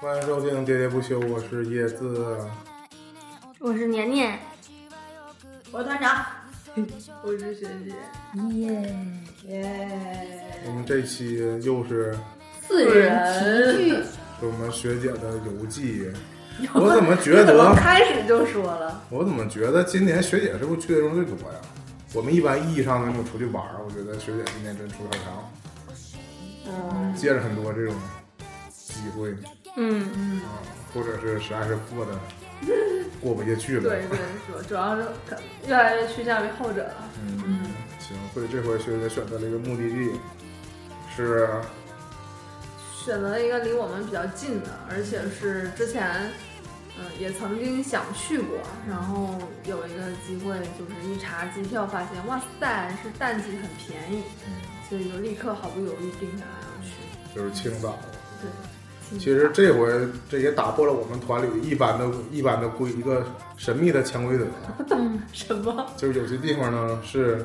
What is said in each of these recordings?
欢迎收听《喋喋不休》，我是叶子。我是年年，哦我是团长，我是学姐，耶，耶，我们这期又是四人齐聚，我们学姐的 游记。我怎么觉得，开始就说了，我怎么觉得今年学姐是不是去的人最多呀？我们一般意义上的那种出去玩儿，我觉得学姐今年真出了场，嗯，接着很多这种机会嗯，啊，或者是实在是 过的过不下去了。对对，主主要是可越来越趋向于后者了。嗯，行，所以这回学姐选择了一个目的地是选择了一个离我们比较近的，而且是之前，嗯，也曾经想去过，然后有一个机会，就是一查机票，发现哇塞，是淡季，很便宜，所以就立刻毫不犹豫定下来要去。嗯就是青岛。对，亲其实这回这也打破了我们团里一般的、一般的规一个神秘的潜规则， 什么就是有些地方呢是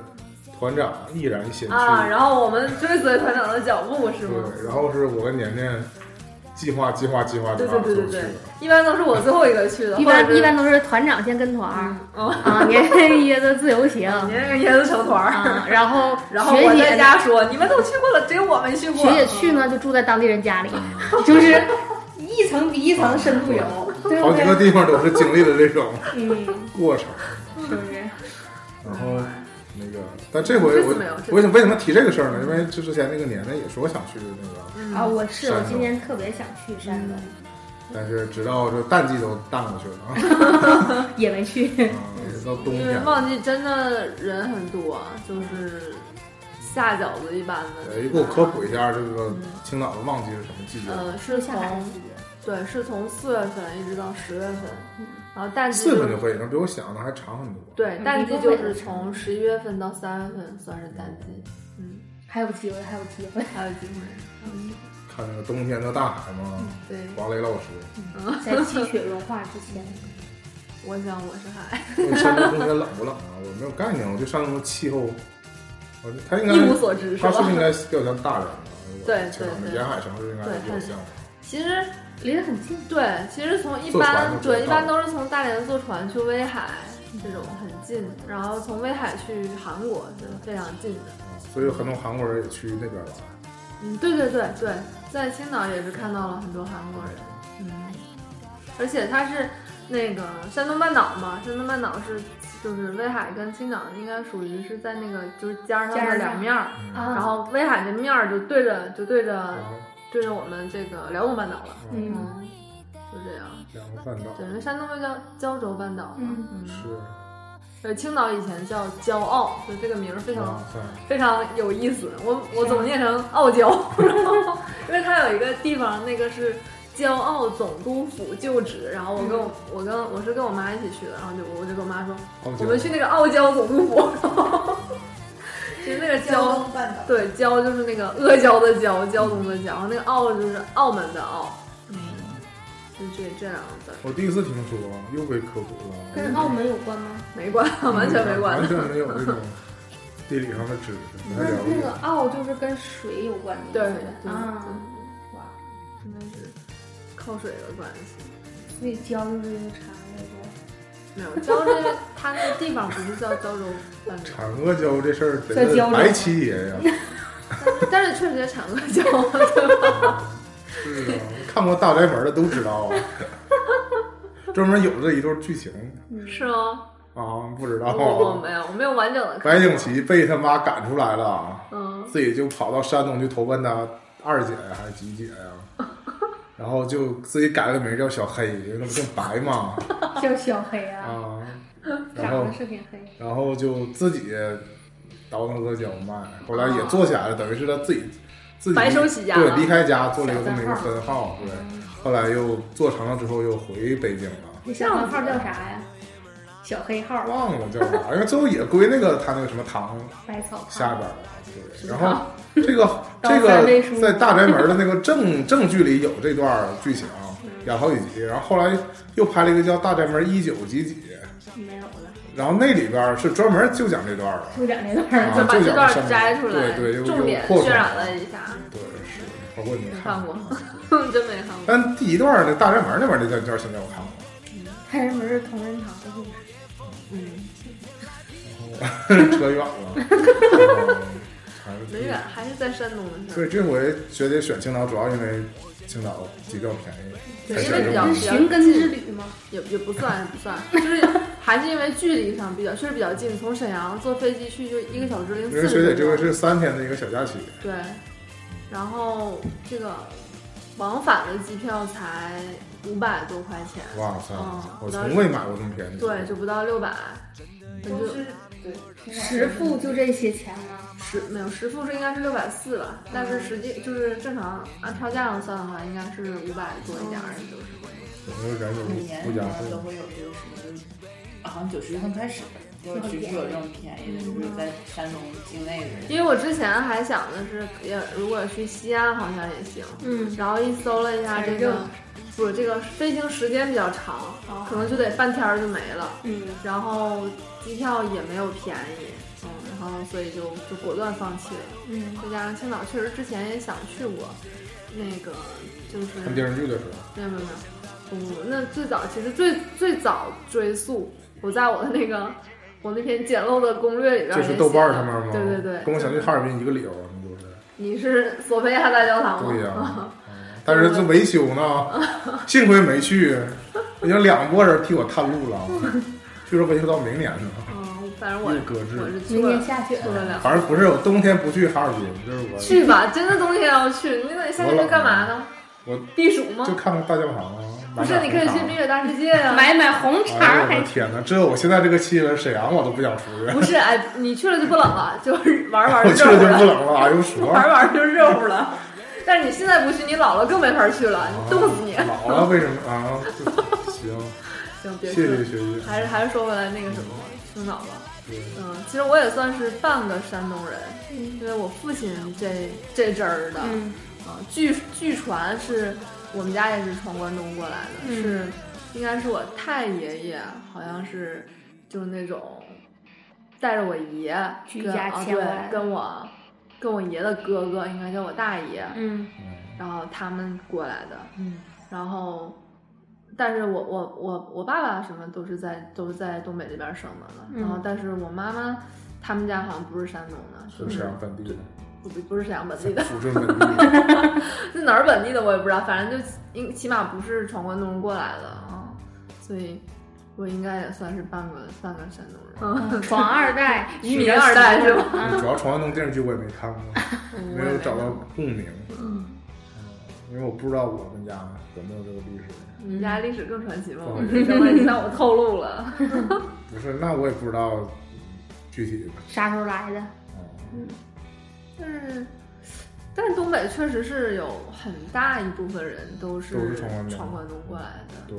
团长毅然先去，啊？然后我们追随团长的脚步是吗？对，然后是我跟年年计划计划计划计对划对对就对去对了，，一般都是我最后一个去的，一或者般是一般都是团长先跟 团儿嗯哦，啊，年年爷的自由行你那个椰子成团儿。 啊，然后然后学我在姐家说：“你们都去过了，只有我没去过。”学姐去呢就住在当地人家里，就是一层比一层深度游，对啊好不几个对？地方都是经历了这种嗯， 过程，是不是？然后。那个，但这回我这次没有这次为什么为什么提这个事儿呢？因为之之前那个年年也说想去那个，啊，嗯我是山我东今年特别想去山东，但是直到这淡季都淡过去了啊，也没去。啊到冬因为天了。旺季真的人很多，就是下饺子一般的。嗯哎，给我科普一下，这个青岛的旺季是什么季节？呃，是下海从对，是从四月份一直到十月份，然后淡季四就月份就可以，那比我想的还长很多。，对嗯淡一季共就会是从十一月份到三月份算是淡季，嗯， 还有机会，还有机会，还有机会，看那个冬天的大海嘛，对，王雷老师，在积雪融化之前，我想我是海，那山东冬天冷不冷啊？我没有概念，我对山东的气候，我他应该一无所知是嗯他是不吧是？应该比较像大连啊？对青岛对的对沿海城市应该是比较像的。其实离得很近。对，其实从一坐船般就知道对一般都是从大连坐船去威海这种很近，然后从威海去韩国是非常近的。嗯所以有很多韩国人也去那边玩。嗯，对对对对，在青岛也是看到了很多韩国人，嗯，而且它是那个山东半岛嘛，山东半岛是就是威海跟青岛应该属于是在那个就是尖儿上尖的儿上两面儿，嗯啊然后威海这面儿就对着就对着然后对着我们这个辽东半岛了，嗯，嗯嗯，就这样，两个半岛对，那山东就叫胶州半岛嘛，嗯嗯，是呃，青岛以前叫骄傲，就这个名儿非常啊，算了非常有意思，我我总念成傲娇，因为它有一个地方，那个是骄傲总督府旧址，然后我跟我、我跟我是跟我妈一起去的，然后就我就跟我妈说，好久我们去那个傲娇总督府， 就是那个胶骄，东半岛，对骄就是那个阿胶的骄，骄纵的骄，然后那个傲就是澳门的澳，嗯就这这两个字儿我第一次听说，又被科普了。跟澳门有关吗？没关， 完全没关嗯完。全没有那 种地理上的知识，那太了那解个。澳就是跟水有关的对对意思呗，对，啊，应该是靠水的关系。所以胶就是一个茶类的。没有，胶州它那地方不是叫胶州半岛，产阿胶这事儿在得胶是州白七爷 呀， 但是确实也产阿胶，对吧？是啊，看过《大宅门》的都知道啊，专门有这一段剧情是吗？啊，不知道我啊。我没有，我没有完整的白看。景琦被他妈赶出来了，嗯，自己就跑到山东去投奔他二姐呀，还是几姐呀？然后就自己改了个名叫小黑，因为那不姓白嘛叫小黑啊， 啊。然长后得是挺黑。然后就自己倒腾阿胶卖，后来也做起来了，等于是他自己自己哦白手起家对了，嗯离开家做了一个这么一个分号，对，后来又做成了之后又回北京了，你小黄号叫啥呀？小黑号、忘了叫啥，因为最后也归那个他那个什么堂百草下号。边了，对，然后这 个这高三背个书在大宅门的那个正正剧里有这段剧情，嗯演了好几集，然后后来又拍了一个叫《大宅门一九几几》。没有了。然后那里边儿是专门就讲这段儿的，就讲这段儿啊就把就这讲段上面摘出来，对对又重点又扩渲充染了一下， 对，是包括你没看没真没看过。 但第一段儿那大宅门那边儿那段那段儿情节我看过，太人门是同仁堂的故事，嗯， 扯远了， 嗯还是没远，还是在山东的事所儿。以这回决定选青岛，主要因为青岛机票便宜，才对因是寻选这种为比较比较根之旅吗？也也不算不算， 就是还是因为距离上比较，确实比较近，从沈阳坐飞机去就一个小时零因为四学姐十这个分钟。是三天的一个小假期，对，然后这个往返的机票才五百多块钱，哇塞嗯，我从未买过这么便宜的。对，就不到六百，那都就是对，实付就这些钱吗？十没有实付是应该是六百四吧，但是实际就是正常按票价上算的话，应该是五百多一点儿，就是。我就感觉每年不什讲么究都会有这种什么，就是好像九十月份开始就只是有这种便宜的，就是嗯在山东境内的。因为我之前还想的是，也如果去西安好像也行，嗯，然后一搜了一下这反正哦个，不，这个飞行时间比较长，可能就得半天儿就没了。嗯，然后机票也没有便宜，嗯，然后所以就就果断放弃了。嗯，再加上青岛确实之前也想去过，那个就是看电视剧的时候，没有没有没有，不不不，那最早其实最最早追溯，我在我的那个我那篇简陋的攻略里边儿就也写是了，豆瓣儿上面吗？对对对，跟我想去哈尔滨一个理由，那就是。你是索菲亚大教堂吗？对呀、 嗯但是这维修呢，幸亏没去，已经两拨人替我探路了，据说维修到明年呢，嗯，反正我又搁我置。是去明年了下雪去了两。反正不是我冬天不去哈尔滨，就是去吧，真的冬天要去。你那夏天去干嘛呢？我避暑我吗就？看看大教堂啊。不买是，买你可以红去肠蜜雪大世界 呀、买买红肠哎呦儿我还的天哪！这我现在这个气温，沈阳我都不想出 去。不是，哎，你去了就不冷了，就是玩 儿玩儿我就去热了乎就了，不冷了，哎呦说 玩儿玩儿就热乎了。但是你现在不去，你老了更没法去了，哦你冻死你。老了为什么啊？就行， 行，别谢去谢了。学姐。嗯还是还是说回来那个什么青岛吧。对嗯，其实我也算是半个山东人，因为我父亲这这支儿的。嗯，啊，据据传是我们家也是从关东过来的，嗯是应该是我太爷爷，好像是就是那种带着我爷举跟家啊迁对来的跟我跟我爷的哥哥，应该叫我大爷，嗯，然后他们过来的，嗯，然后。但是我我我我爸爸什么都是在都是在东北这边生的了，嗯然后但是我妈妈他们家好像不是山东的，是嗯沈阳本地不不是沈阳本地的的，，抚顺本地的，是哪儿本地的我也不知道，反正就应起码不是闯关东过来的啊，所以我应该也算是半个半个山东人，嗯闯二代，移民二代是吧？ 主要《重阳东》电视剧我也没 看过。没有找到共鸣。嗯因为我不知道我们家有没有这个历史。你家历史更传奇吗？嗯我觉得已经向我透露了。不是，那我也不知道嗯具体的。 啥时候来的？嗯但是，但是东北确实是有很大一部分人都都是是闯关东闯关东过来的。对。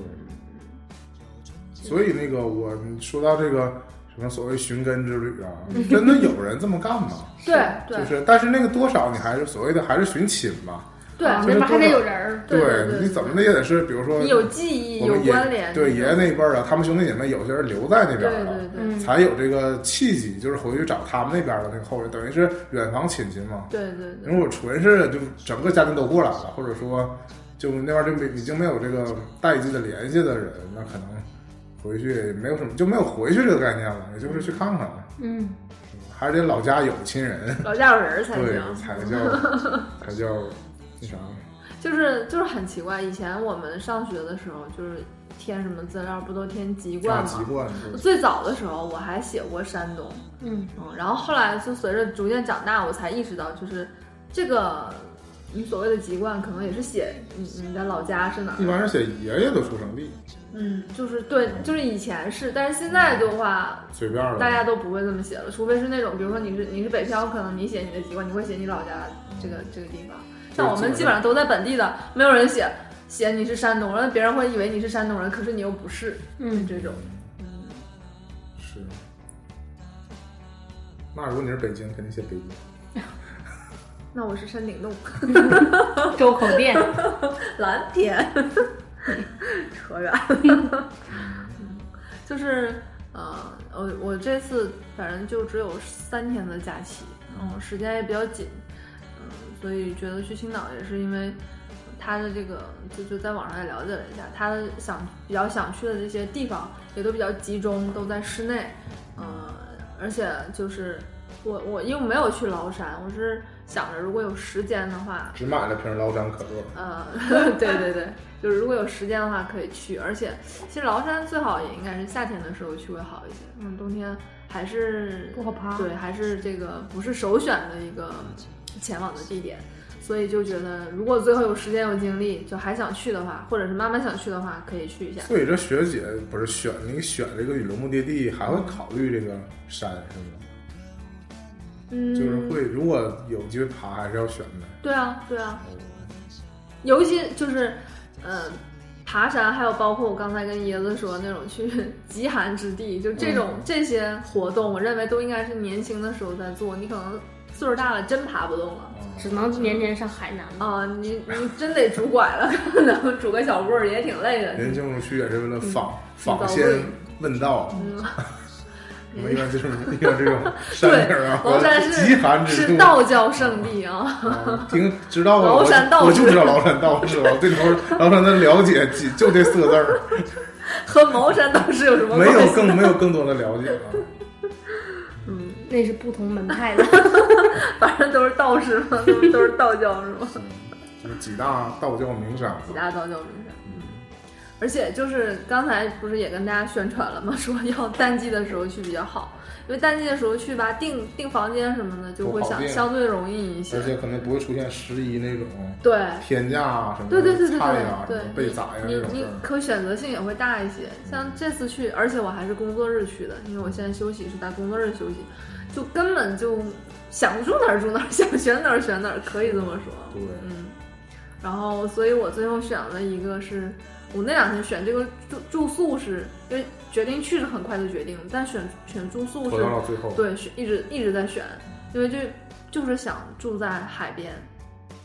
所以那个我说到这个什么所谓寻根之旅 啊，真的有人这么干吗？对对就是，但是那个多少你还是所谓的还是寻亲嘛。对啊那就是边还得多少有人儿。对对对你怎么的也得是，比如说你有记忆，我有们爷关联。对爷爷那一辈儿啊，他们兄弟姐妹有些人留在那边对儿了。啊对对嗯，才有这个契机，就是回去找他们那边儿的那个后人，等于是远房亲戚嘛。对对对。如果纯是就整个家庭都过来了，或者说就那边儿就没已经没有这个代际的联系的人，那可能回去也没有什么就没有回去这个概念了，也就是去看看，嗯，还是得老家有亲 人，老家有人儿才对行，。才叫才叫那啥，就是就是很奇怪，以前我们上学的时候，就是填什么资料不都填籍大啊贯籍吗？贯。最早的时候我还写过山东，嗯，嗯，然后后来就随着逐渐长大，我才意识到，就是这个你所谓的籍贯，可能也是写你你的老家是哪一儿，般是写爷爷的出生地，嗯，就是对，就是以前是，但是现在的话，随便了。大家都不会这么写了，除非是那种，比如说你是你是北漂，可能你写你的籍贯，你会写你老家这个这个地方。像我们基本上都在本地的，没有人写写你是山东人，别人会以为你是山东人，可是你又不是，嗯这种。是。那如果你是北京，肯定写北京。那我是山顶洞，嗯周口店， 蓝 天，扯远了。就是呃，我我这次反正就只有三天的假期，然后时间也比较紧，嗯，所以觉得去青岛也是因为他的这个，就就在网上也了解了一下，他的想比较想去的这些地方也都比较集中，都在室内，嗯，而且就是我我因为没有去崂山，我是想着如果有时间的话，只买了瓶崂山可乐， 呃， 对对对，就是如果有时间的话可以去，而且其实崂山最好也应该是夏天的时候去会好一些，嗯，冬天还是不好爬对，还是这个不是首选的一个前往的地点，所以就觉得如果最后有时间有精力，就还想去的话，或者是妈妈想去的话，可以去一下。所以这学姐不是选你选这个旅游目的地，还会考虑这个山是吗？嗯，就是会如果有机会爬，还是要选的。对啊，对啊，尤其就是，嗯、爬山，还有包括我刚才跟椰子说那种去极寒之地，就这种、嗯这些活动，我认为都应该是年轻的时候在做。你可能岁数大了，真爬不动了只能年年上海南嗯了。啊、你你真得拄拐了，可能拄个小棍儿也挺累的。人进入去也是为嗯了访找访位先问道，嗯， 我们一般就是一般这种山顶啊，崂山和极寒是之是处道教圣地啊，啊听知道了，崂山道士我就我就知道崂山道士，我对崂崂山的了解仅就这四个字 儿，和茅山道士有什么没关系？有更没有更多的了解了。那是不同门派的。反正都是道士嘛，都是都是道教是吗？就是几大道教名山，几大道教名山。嗯而且就是刚才不是也跟大家宣传了吗？ 说要淡季的时候去比较好，因为淡季的时候去吧，订订房间什么的就会不好相订相对容易一些而。且可能不会出现十一那种对，天价啊什么对对对对菜呀、什对么对，被宰呀你那种事你你儿。可选择性也会大一些。像这次去，而且我还是工作日去的，因为我现在休息是在工作日休息，就根本就想住哪儿住哪儿， 想选哪儿选哪儿，可以这么说。对，嗯，然后所以我最后选了一个是，我那两天选这个住住宿是，因为决定去是很快就决定，但选选住宿拖是到，了最后，对，是一直一直在选，因为就就是想住在海边，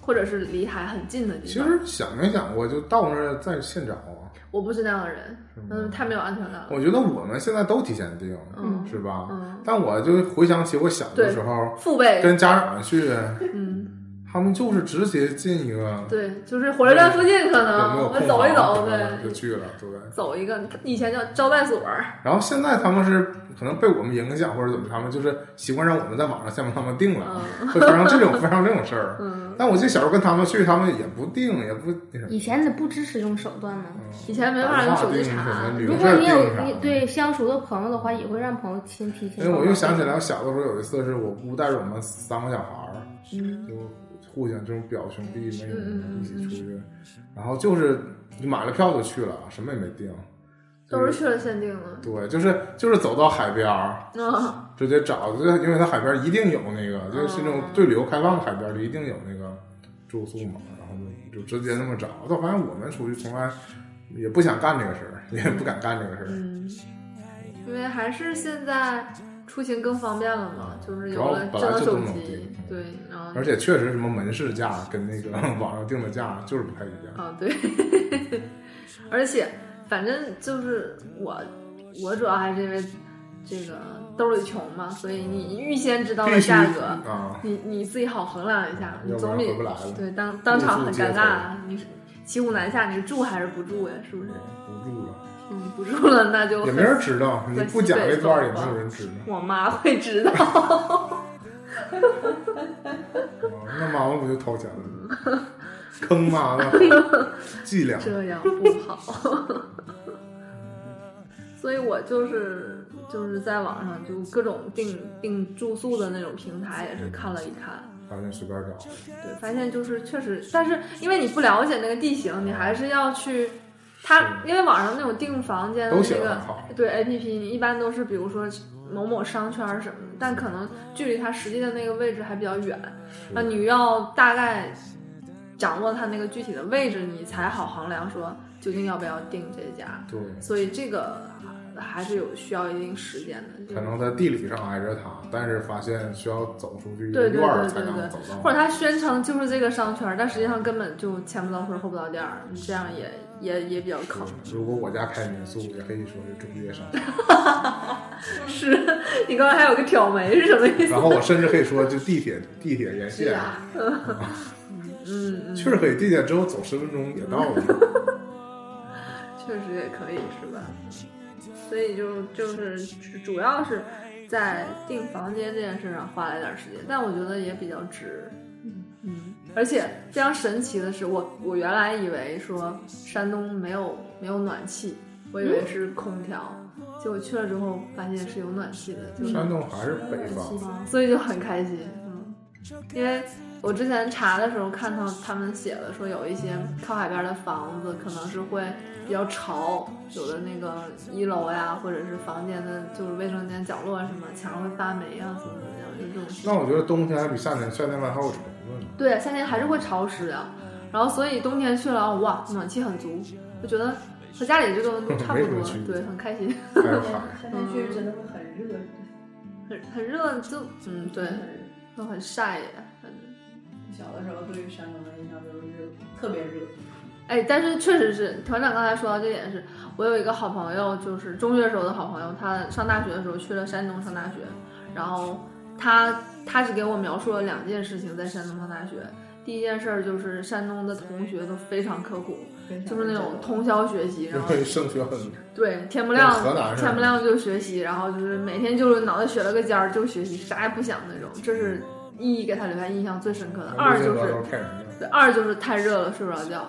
或者是离海很近的地方。其实想没想过，就到那儿再现找啊。我不是那样的人，嗯，太没有安全感了，我觉得我们现在都提前定，嗯是吧？嗯，但我就回想起我小的时候父辈，跟家长们去，嗯，他们就是直接进一个对，就是火车站附近可有没能有嗯我空啊走一房走，然后就对，去了，对。走一个，以前叫招待所儿，然后现在他们是可能被我们影响或者怎么，他们就是习惯让我们在网上先帮他们定了，嗯会发生这种发生这种事儿。嗯。但我记得小时候跟他们去，他们也不定，也不那什么。以前的不支持用手段呢。以前没法用手机查打电话订什么旅如游果证你有订啥你的。对相熟的朋友的话，也会让朋友先提前。因为啊哎我又想起来，我小的时候有一次是我姑带着我们三个小孩儿，就互相这种表兄弟妹嗯嗯嗯嗯一起出去，然后就是就买了票就去了，什么也没定，就都是去了限定的。对，就是就是走到海边儿，嗯直接找，就是因为它海边一定有那个，就是那种啊对旅游开放的海边就一定有那个住宿嘛，然后就就直接那么找。但发现我们出去从来也不想干这个事儿，也不敢干这个事儿，嗯，因为还是现在出行更方便了嘛，就是有了智主要本来能就手都能机订，对，然后嗯而且确实什么门市价跟那个网上定的价就是不太一样。啊对， 而且反正就是我，我主要还是因为这个兜里穷嘛，所以你预先知道了必须价格，啊，你你自己好衡量一下，你要不总然比回不来了。对当当场很尴入住街尬啊头，你是骑虎难下，你住还是不住呀？是不是？不住了，嗯，不住了那就也很没人知道，你不讲这段儿也没有人知道。我妈会知道。啊那妈妈不就掏钱了？ 坑妈 妈，伎俩。这样不好。所以我就是就是在网上就各种订订住宿的那种平台也是看了一看，发现随便找，对，发现就是确实，但是因为你不了解那个地形，你还是要去。它因为网上那种订房间的都写那的很个好。对 A P P，你一般都是比如说某某商圈什么的，但可能距离它实际的那个位置还比较远，那是你要大概掌握它那个具体的位置，你才好衡量说究竟要不要定这家。对。所以这个啊还是有需要一定时间的，就可是能在地理上挨着它，但是发现需要走出去一对个对院儿对才对能对走到。或者他宣称就是这个商圈，但实际上根本就前不着村后不着店儿，你这样也也也比较坑。如果我家开民宿，也可以说是中介商。 是你刚才还有个挑眉是什么 意思？然后我甚至可以说，就地铁地铁沿线，嗯啊嗯，确实可以，地铁只有走十分钟也到 了。确实也可以是吧？所以就就是主主要是在订房间这件事上花了一点时间，但我觉得也比较值。嗯，而且非常神奇的是，我我原来以为说山东没有没有暖气，我以为是空调，结果去了之后发现是有暖气的，就是山东还是北方，所以就很开心，嗯，因为我之前查的时候看到他们写的说有一些靠海边的房子可能是会比较潮，有的那个一楼呀，或者是房间的就是卫生间角落啊什么墙上会发霉啊，怎么怎么样，就这种事。那我觉得冬天还比夏天，夏天完还有虫子呢。对，夏天还是会潮湿的，然后所以冬天去了哇，暖气很足，就觉得和家里这个温度差不 没什多么区，别对，很开心，还有 海，夏天去真的会很热，很很热就嗯对，都很晒也反正。小的时候对于山东的印象就是热，特别热。哎，但是确实是团长刚才说到这点是，我有一个好朋友，就是中学时候的好朋友，他上大学的时候去了山东上大学，然后他他只给我描述了两件事情在山东上大学。第一件事儿就是山东的同学都非常刻苦，就是那种通宵学习，然因后为升学很对天不跟亮河南似天的。不亮就学习，然后就是每天就是脑袋雪了个尖儿就学习，啥也不想那种，这是一给他留下印象最深刻的。二就那是都骗人的。对，二就是太热了睡不着觉，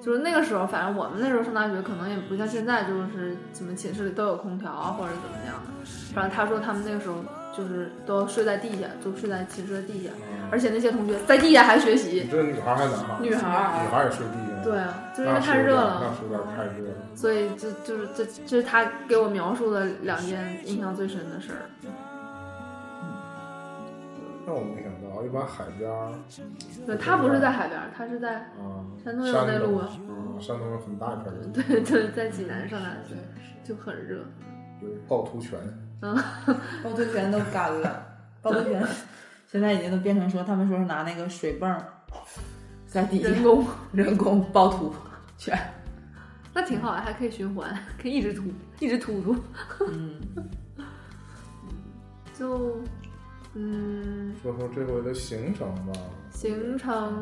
就是那个时候，反正我们那时候上大学可能也不像现在，就是什么寝室里都有空调啊，或者怎么样的。反正他说他们那个时候就是都睡在地下，就睡在寝室的地下，而且那些同学在地下还学习你，这女孩还男孩？女孩女儿。孩也睡地下。对啊，就是因那为是太有热点了那，是有点太热了。所以就就是这这是他给我描述的两件印象最深的事儿。那我没想到，一般海边儿对他不是在海边儿，他是在啊，山东有内陆啊，啊，山东有很大一片儿， 对对，在济南上大学就很热。就是趵突泉。趵突泉都干了，趵突泉现在已经都变成说，他们说是拿那个水泵儿在底下人工，人工趵突泉，那挺好啊，还可以循环， 可以一直吐，一直吐吐。嗯， 就，嗯，说说这回的行程吧。行程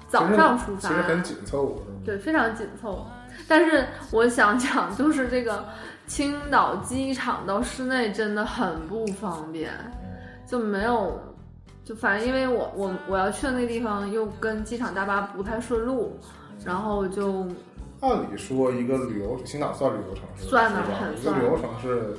其早实上出发其，实很紧凑，是吗？对，非常紧凑。但是我想想，就是这个青岛机场到市内真的很不方便，嗯就没有，就反正因为我我我要去的那个地方又跟机场大巴不太顺路，然后就按理说，一个旅游青岛算旅游城市吧，算呢是吧很一个算旅游城市，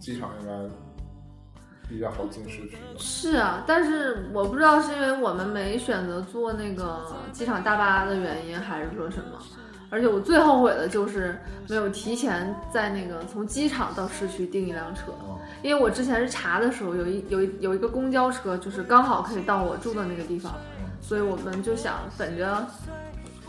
机场应该比较好进市区吧。是啊，但是我不知道是因为我们没选择坐那个机场大巴的原因，还是说什么。而且我最后悔的就是没有提前在那个从机场到市区订一辆车，啊，因为我之前是查的时候有一有一有一个公交车，就是刚好可以到我住的那个地方，所以我们就想本着，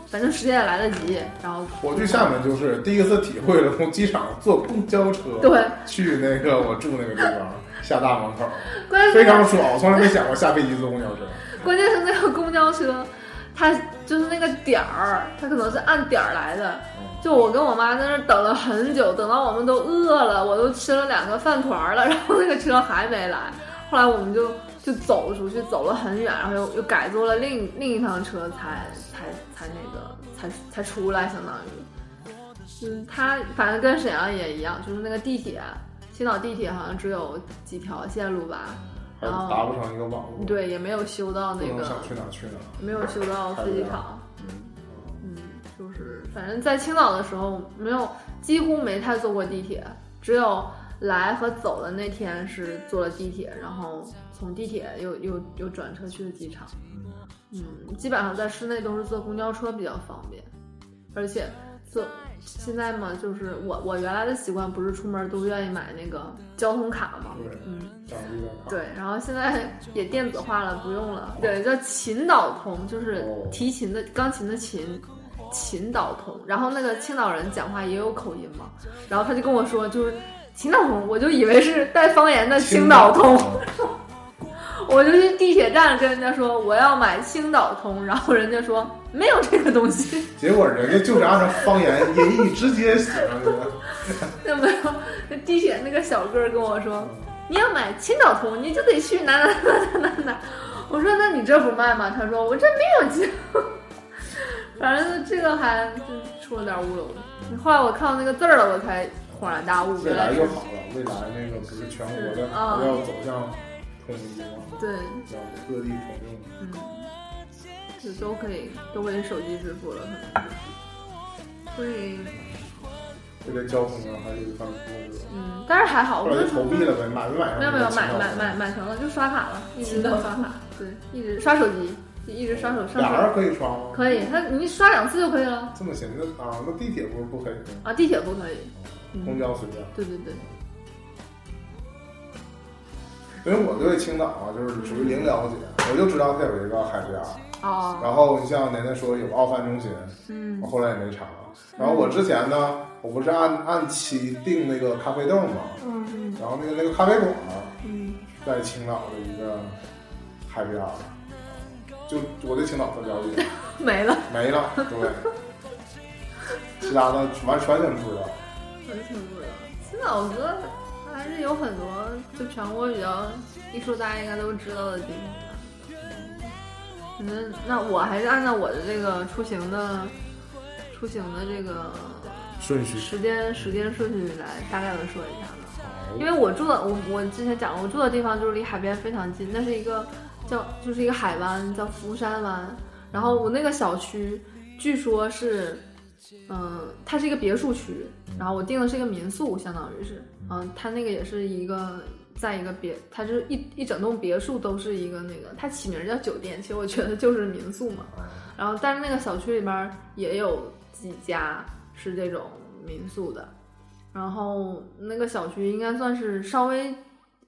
反正时间也来得及，然后我去厦门就是第一次体会了从机场坐公交车对，去那个我住那个地方厦大门 口，关键是非常爽。我从来没想过下飞机坐公交车。关键是那个公交车，它就是那个点儿，它可能是按点儿来的。嗯就我跟我妈在那儿等了很久，等到我们都饿了，我都吃了两个饭团儿了，然 后那个车还没来。后来我们就就走出去，走了很远，然后又又改坐了另另一趟车才，才才那个才才出来，相当于，嗯，它反正跟沈阳也一样，就是那个地铁，青岛地铁好像只有几条线路吧，还哦搭不上一个网络，，对，也没有修到那不能个想去哪儿去哪儿。没有修到飞机场。嗯，嗯，就是反正在青岛的时候，没有几乎没太坐过地铁，只有来和走的那天是坐了地铁，然后从地铁又又又转车去的机场。嗯，基本上在市内都是坐公交车比较方便，而且坐现在嘛，就是我我原来的习惯不是出门都愿意买那个交通卡嘛，对，嗯，长得有点胖。对，然后现在也电子化了，不用了。对，叫琴岛通，就是哦提琴的钢琴的琴，琴岛通。然后那个青岛人讲话也有口音嘛，然后他就跟我说，就是琴岛通，我就以为是带方言的青岛通， 我就去地铁站跟人家说我要买青岛通，然后人家说没有这个东西，结果人家就是按照方言音译直接写上去 的。那没有。那地铁那个小哥跟我说，你要买青岛通，你就得去哪哪哪哪哪哪。我说那你这不卖吗？他说我这没有青。反正这个还就出了点乌龙。后来我看到那个字儿了，我才恍然大悟，未原来来是就好了，未来那个不是全国的啊要走向统一吗？对，要各地统用。嗯，就都可以都可以手机支付了，可能就是。所以，这个交通啊，还得看工作。嗯，但是还好，后我来们就投币了呗，买没买上？没有没有买买买。买成了，就刷卡了，一直都刷卡，对，一直刷手机，就一直刷手上俩手，人可以刷啊吗？可以，他你刷两次就可以了这么行那啊？那地铁不是不可以吗？啊，地铁不可以，公交随便。对对对，因为我对青岛啊，就是属于零了解，我就知道它有一个海边儿。哦，然后你像奶奶说有奥帆中心，嗯我后来也没查。然后我之前呢，我不是按按期订那个咖啡豆嘛，嗯然后那个那个咖啡馆儿嗯在青岛的一个海边儿，就我对青岛不了 解， 没了，没了，对，其他的完全全不知道。我挺不知道，青岛我觉得还是有很多就全国比较一说大家应该都知道的地方吧。嗯，那我还是按照我的这个出行的出行的这个顺序时间时间顺序来大概的说一下吧。因好，为我住的我我之前讲过，我住的地方就是离海边非常近，那是一个叫就是一个海湾，叫福山湾。然后我那个小区，据说是，嗯、它是一个别墅区，然后我订的是一个民宿，相当于是，嗯、它那个也是一个在一个别，它是一一整栋别墅都是一个那个，它起名叫酒店，其实我觉得就是民宿嘛。然后但是那个小区里边儿也有几家是这种民宿的，然后那个小区应该算是稍微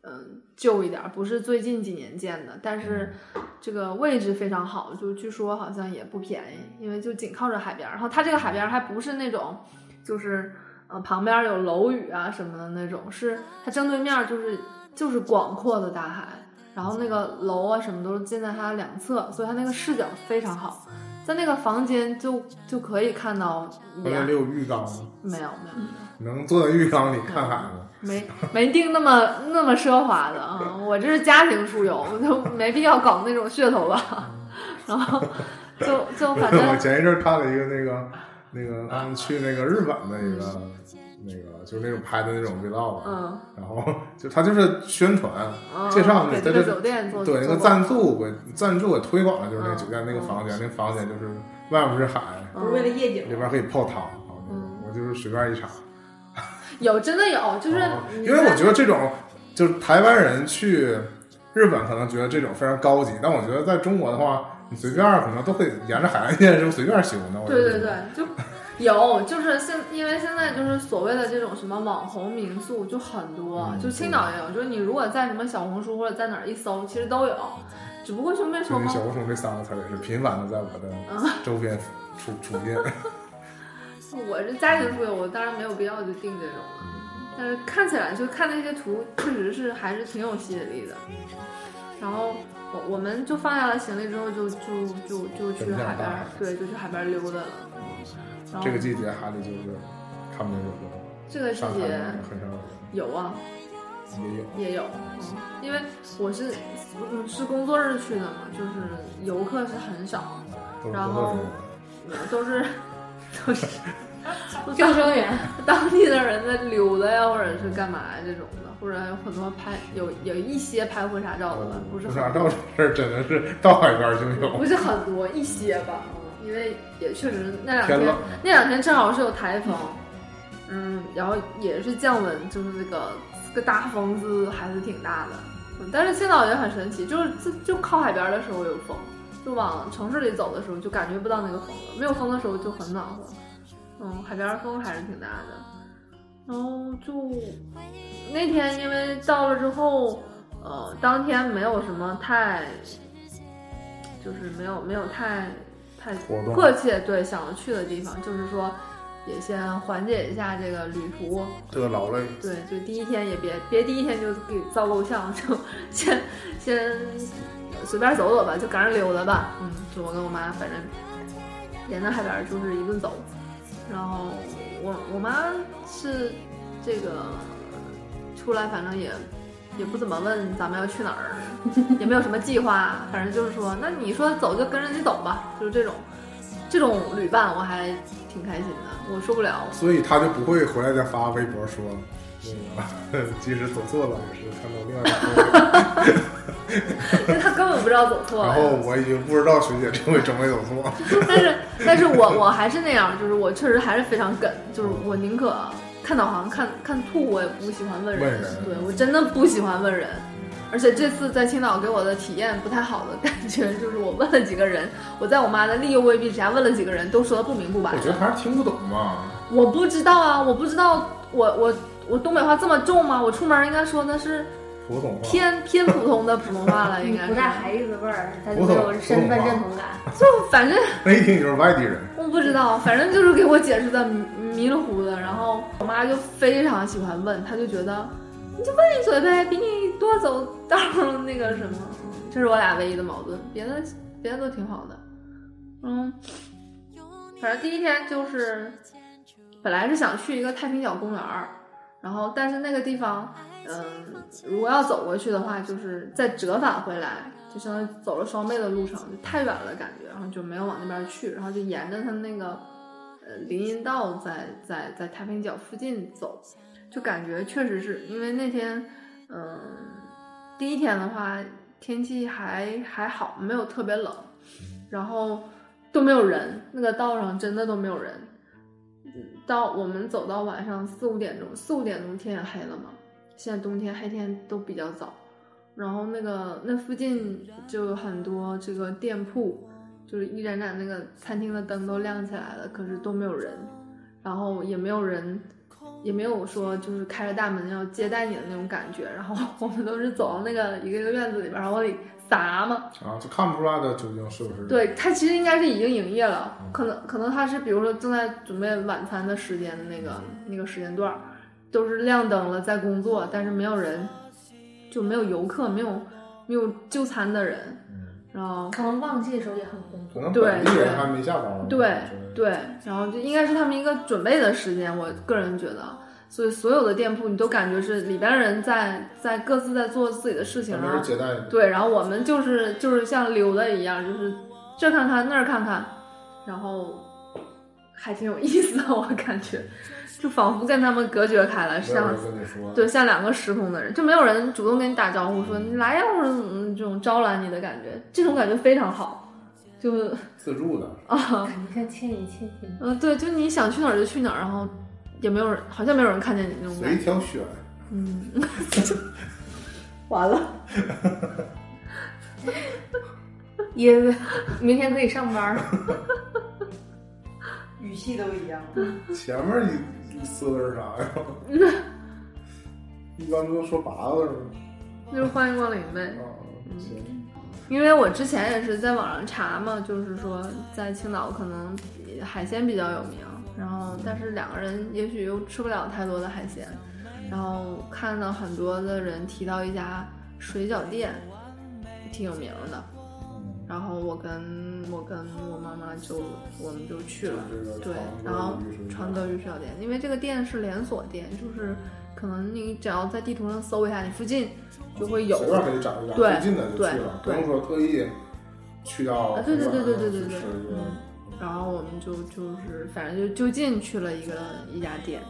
嗯、旧一点儿，不是最近几年建的，但是这个位置非常好，就据说好像也不便宜，因为就紧靠着海边儿，然后它这个海边儿还不是那种就是。呃，旁边儿有楼宇啊什么的那种，是它正对面儿就是就是广阔的大海，然后那个楼啊什么都是建在它两侧，所以它那个视角非常好，在那个房间就就可以看到后来沿得有浴缸，没有没有能坐在浴缸里看海吗？没没订那么那么奢华的啊、我这是家庭出游，就没必要搞那种噱头吧。然后就就反我正前一阵儿看了一个那个那个他们去那个日本的一个那个就是那种拍的那种 vlog，嗯然后就他就是宣传嗯，介绍给你这在个这酒店做对那个做广赞助给赞助给推广的就是那嗯酒店那个嗯房间，那房间就是外面是海，告不是为了夜景嗯里，边可以泡汤啊那种嗯我就是随便一查，有真的有，就是啊你因为我在觉得这种就是台湾人去日本可能觉得这种非常高级，但我觉得在中国的话。你随便儿可能都会沿着海岸线就随便儿修呢。我觉对得对对，就有，就是现因为现在就是所谓的这种什么网红民宿就很多，嗯就青岛也有，就是你如果在什么小红书或者在哪儿一搜，其实都有，只不过就没说最嗯近嘛小。红书这三个词儿也是频繁的在我的周边出出现。嗯我是家庭出游，我当然没有必要去订这种嗯了。但是看起来就看那些图，确实是还是挺有吸引力的。然后我我们就放下了行李之后就，就就就去海边儿，对，就去海边儿溜达了。然后嗯这个季节海里就是看不见人这个了，季上海节很少有人，有啊，也有。也有，嗯因为我是嗯是工作日去的嘛，就是游客是很少，都是然工后作人员都是都 是救生员， 当地的人在溜达呀，或者是干嘛呀这种的，或者有很多拍有有一些拍婚纱照的吧，哦不是不很啥到这事儿真的是到海边儿就有不，是很多一些吧，嗯因为也确实那两天天冷，那两天正好是有台风，嗯，然后也是降温，就是那个这个大风是还是挺大的。嗯但是青岛也很神奇，就是就就靠海边的时候有风，就往城市里走的时候就感觉不到那个风了，没有风的时候就很暖和。嗯，海边风还是挺大的。然后就那天因为到了之后，呃，当天没有什么太，就是没有没有太太活动迫切对想要去的地方，就是说，也先缓解一下这个旅途。这个劳累，对，就第一天也别别第一天就给遭够呛，就先先随便走走吧，就赶上溜达吧。嗯，就我跟我妈，反正沿着海边儿就是一顿走。然后我我妈是这个出来，反正也也不怎么问咱们要去哪儿，也没有什么计划，反正就是说，那你说走就跟着你走吧，就是这种这种旅伴，我还挺开心的。我受不了，所以他就不会回来再发微博说，那个 即使走错了也是看到 另外一个。因为他根本不知道走错了。然后我已经不知道学姐这回真没走 错，但是，但是我我还是那样，就是我确实还是非常梗，就是我宁可看导航看看吐，我也不喜欢问人。问人对我真的不喜欢问人，而且这次在青岛给我的体验不太好的感觉就是，我问了几个人，我在我妈的利诱未必之下问了几个人，都说的不明不白我。觉得还是听不懂嘛。我不知道啊，我不知道，我我我东北话这么重吗？我出门应该说的是普通话，偏偏普通的普通话了，应该不是。带孩子味儿，他就没有身份认同感。就反正那一听就是外地人，我不知道，反正就是给我解释的迷迷了糊的。然后我妈就非常喜欢问，她就觉得你就问一嘴呗，比你多走道儿那个什么。嗯这是我俩唯一的矛盾，别的别的都挺好的。嗯，反正第一天就是本来是想去一个太平角公园儿，然后但是那个地方，嗯，如果要走过去的话，就是再折返回来，就相当于走了双倍的路程，就太远了感觉，然后就没有往那边去，然后就沿着它那个呃林荫道在在在太平角附近走，就感觉确实是因为那天，嗯，第一天的话天气还还好，没有特别冷，然后都没有人，那个道上真的都没有人。嗯到我们走到晚上四五点钟，四五点钟天也黑了嘛。现在冬天黑天都比较早，然后那个那附近就有很多这个店铺，就是一盏盏那个餐厅的灯都亮起来了，可是都没有人，然后也没有人，也没有说就是开着大门要接待你的那种感觉。然后 我们都是走到那个一个一个院子里边，然后往里撒嘛，啊，就看不出来他究竟是不是对，它其实应该是已经营业了，可能可能它是比如说正在准备晚餐的时间的那个那个时间段儿，都是亮灯了在工作，但是没有人，就没有游客，没有没有就餐的人，然后可能旺季的时候也很红。可能对本地对人还没下班。对对，对，然后就应该是他们一个准备的时间，我个人觉得。所以所有的店铺，你都感觉是里边人在在各自在做自己的事情，他然们后是接待的，对，然后我们就是就是像溜达一样，就是这看看那儿看看，然后还挺有意思的， 我感觉，就仿佛跟他们隔绝开了，没有像人跟你说。对像两个时空的人，就没有人主动跟你打招呼说你来呀，或者怎么这种招揽你的感觉，这种感觉非常好，就自助的，啊，你看倩影倩影，嗯、对，就你想去哪儿就去哪儿，然后也没有人，好像没有人看见你那种感随觉，挑选，嗯。完了，也明天可以上班儿。语气都一样。前面一四个字儿啥呀？ 一般都说八个字儿吗就是欢迎光临呗。啊，嗯行，因为我之前也是在网上查嘛，就是说在青岛可能海鲜比较有名，然后但是两个人也许又吃不了太多的海鲜，然后看到很多的人提到一家水饺店，挺有名的，嗯，然后我跟我跟我妈妈就我们就去就了，这个常，对然后规的律师常德鱼水饺店，因为这个店是连锁店，就是可能你只要在地图上搜一下，你附近就会有。随便可以找一家，对附近的就去了，不对用说特意去到啊对对对对对对去吃对一个嗯然后我们就就是反正就就近去了一个一家店，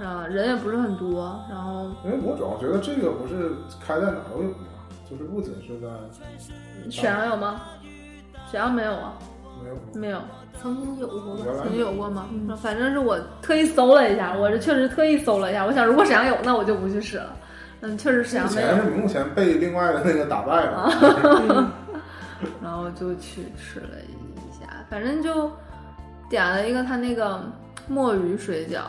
啊，人也不是很多，然后因为我主要觉得这个不是开在哪儿都有吗？就是不仅是在沈阳有吗？沈阳没有啊，没有吗，没有，曾经有过吧？原来曾经有过吗？嗯反正是我特意搜了一下，我是确实特意搜了一下，我想如果沈阳有，那我就不去试了。嗯，确实沈目阳没前有，是目前被另外的那个打败了，啊然后就去吃了一下，反正就点了一个他那个墨鱼水饺，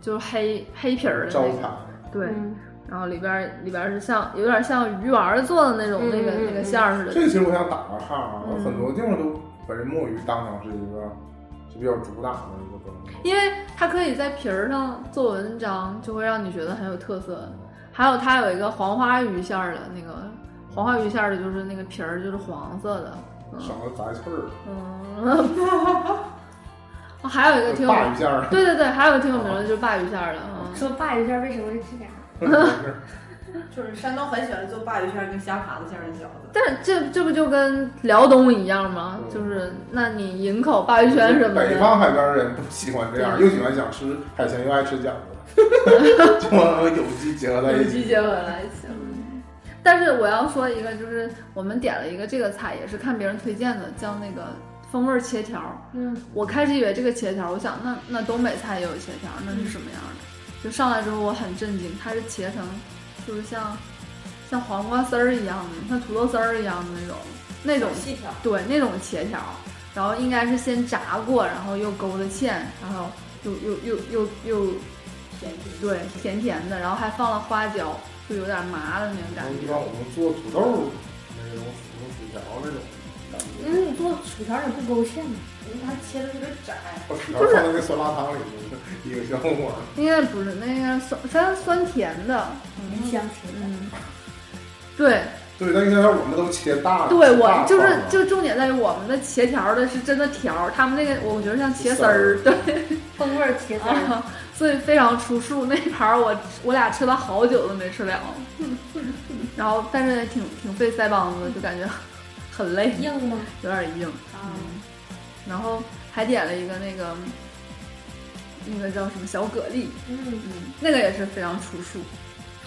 就是黑黑皮儿的招那个，牌。对。嗯然后里边儿里边儿是像有点像鱼丸儿做的那种嗯那个嗯那个嗯馅儿似的，这其实我想打个岔啊，嗯很多地方都把这墨鱼当成是一个就比较主打的一个梗。因为它可以在皮儿上做文章，就会让你觉得很有特色。还有它有一个黄花鱼馅儿的那个，黄花鱼馅儿的就是那个皮儿就是黄色的，少了杂气儿，嗯， 哦还有一个挺有，大一 下对对对，还有一个挺有名的就是鲅鱼馅儿的，嗯，说鲅鱼馅儿为什么是这样？儿，就是山东很喜欢做鲅鱼馅儿跟虾爬子馅儿的饺子。但是这这不就跟辽东一样吗？嗯就是那你营口鲅鱼圈什么北的，方海边人不喜欢这样，又喜欢想吃海鲜，又爱吃饺子， 就和有机结合在一起。结合在一起。但是我要说一个，就是我们点了一个这个菜，也是看别人推荐的，叫那个风味儿切条。嗯，我开始以为这个切条，我想那那东北菜也有切条，那是什么样的？就上来之后我很震惊，它是切成就是像像黄瓜丝儿一样的，像土豆丝儿一样的那种那种细条，对，那种茄条，然后应该是先炸过，然后又勾的芡，然后又又又又又甜品对甜甜的，然后还放了花椒，就有点麻的那种然感后一觉。般我们做土豆那种薯条那种感觉，嗯因为你做薯条你不勾芡吗？因为它切的特别窄，把薯条放在那酸辣汤里，一个小火锅。应该不是，那应该是酸酸酸甜的，很香甜的。嗯，对对，但应该我们都切大了，对，切大我了就是放了就重点在于我们的茄条的是真的条儿，他们那个我觉得像茄丝儿，对风味儿茄子儿，啊，所以非常出数。那盘儿我我俩吃了好久都没吃了，然后但是也挺挺费腮帮子，就感觉很累，硬吗？有点硬。啊，然后还点了一个那个那个叫什么小蛤蜊，嗯，嗯，那个也是非常出 数，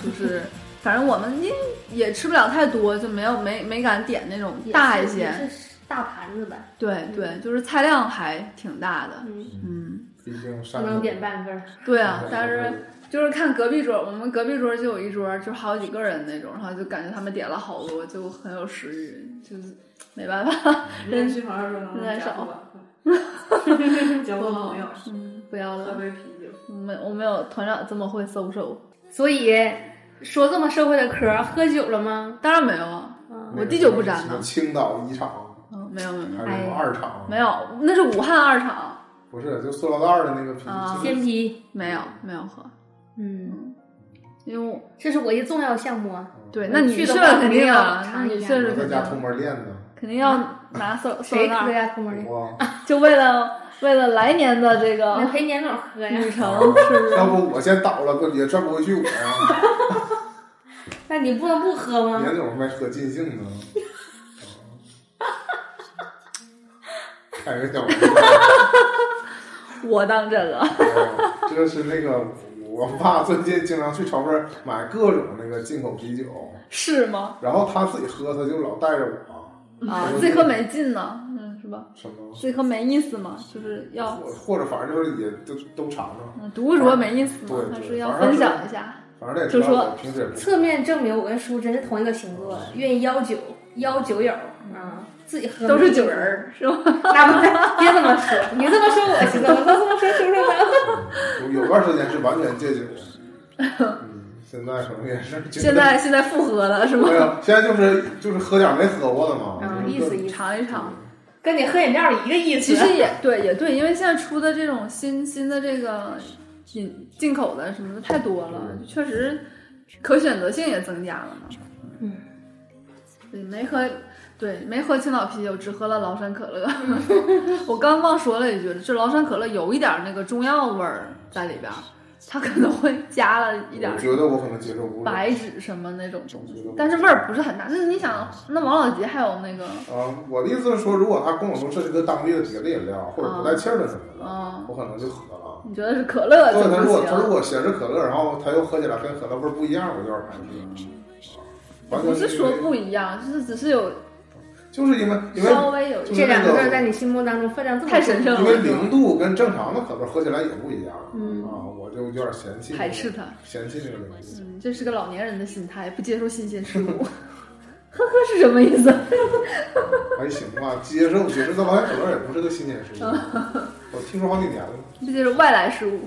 就是反正我们因为也吃不了太多，就没有没没敢点那种也是大一些。也是嗯大盘子吧。对对，就是菜量还挺大的。嗯，嗯，毕竟不山能点半份儿。对啊，嗯但是。就是看隔壁桌，我们隔壁桌就有一桌，就好几个人那种，然后就感觉他们点了好多，就很有食欲，就是没办法，人去朋友说能不能人加少我，啊交个朋友，嗯，不要喝了，杯啤酒。我们我没有团长这么会搜手，所以说这么社会的嗑儿，喝酒了吗？当然没有啊，嗯，我滴酒不沾什呢么青岛一厂嗯，没有没有没有还是什么二厂？没有，那是武汉二厂，不是，就塑料袋儿的那个啤啊酒天梯，没有没有喝，嗯，因为我这是我一重要项目啊。对，嗯那你去的去话了肯肯定定要啊，那尝你一去下嗯是我在肯家定偷摸练的，肯定要 拿塑塑谁料袋嗑儿，呀，偷摸的？啊我就为了为了来年的这那个陪年老喝呀？旅程是不是？ 要不我先倒了，不也转不回去我呀？那你不能不喝吗？别总没喝尽兴呢。 开个小玩笑，我当真了。哎这是那个我爸最近经常去超市买各种那个进口啤酒，是吗？然后他自己喝，他就老带着我啊嗯，自己喝没劲呢，嗯，是吧？什么，自己喝没意思嘛，就是要或或者反正就是也都都尝尝，嗯独酌没意思嘛对，对还是要分享一下。反正他也就知说道我平时也不侧面证明我跟叔真是同一个星座，愿意邀酒，邀酒友，嗯，自己喝都是酒人，儿，是吧？那不是，别这么说，你这么说 我行，我都这么说叔叔呢？有有段时间是完全戒酒，嗯，现在可能也是觉得现在现在复喝了，是吗没？有，现在就是就是喝点没喝过的嘛，嗯，就是意思各一样，啊尝一尝，跟你喝饮料一个意其思。实也对，也对，因为现在出的这种新新的这个进进口的什么的太多了，确实可选择性也增加了嘛。嗯，对，没喝，对，没喝青岛啤酒，只喝了崂山可乐。我刚忘说了一句，就崂山可乐有一点那个中药味儿在里边儿，它可能会加了一点我觉得我可能接受不了。白芷什么那种东西，但是味儿不是很大。那你想，那王老吉还有那个，啊，我的意思是说，如果他跟我说这是个当地的别的饮料，或者不带气儿的什么的，嗯，我可能就喝了。你觉得是可乐就对，他如不果他如行？果显示可乐，然后他又喝起来跟可乐味儿不一样，我就有点排斥。啊完全不是说因为不一样，就是只是有就是因为因为稍微有一就是点这两个字那儿个在你心目当中分量这么太神圣因为了，零度跟正常的可乐喝起来也不一样嗯啊，我就有点嫌弃排斥它。嫌弃这个东西。嗯，这是个老年人的心态，不接受新鲜事物。 呵呵是什么意思？ 还行吧，接受接受，但好像可乐也不是个新鲜事物，我听说好几年了。不接受外来事物。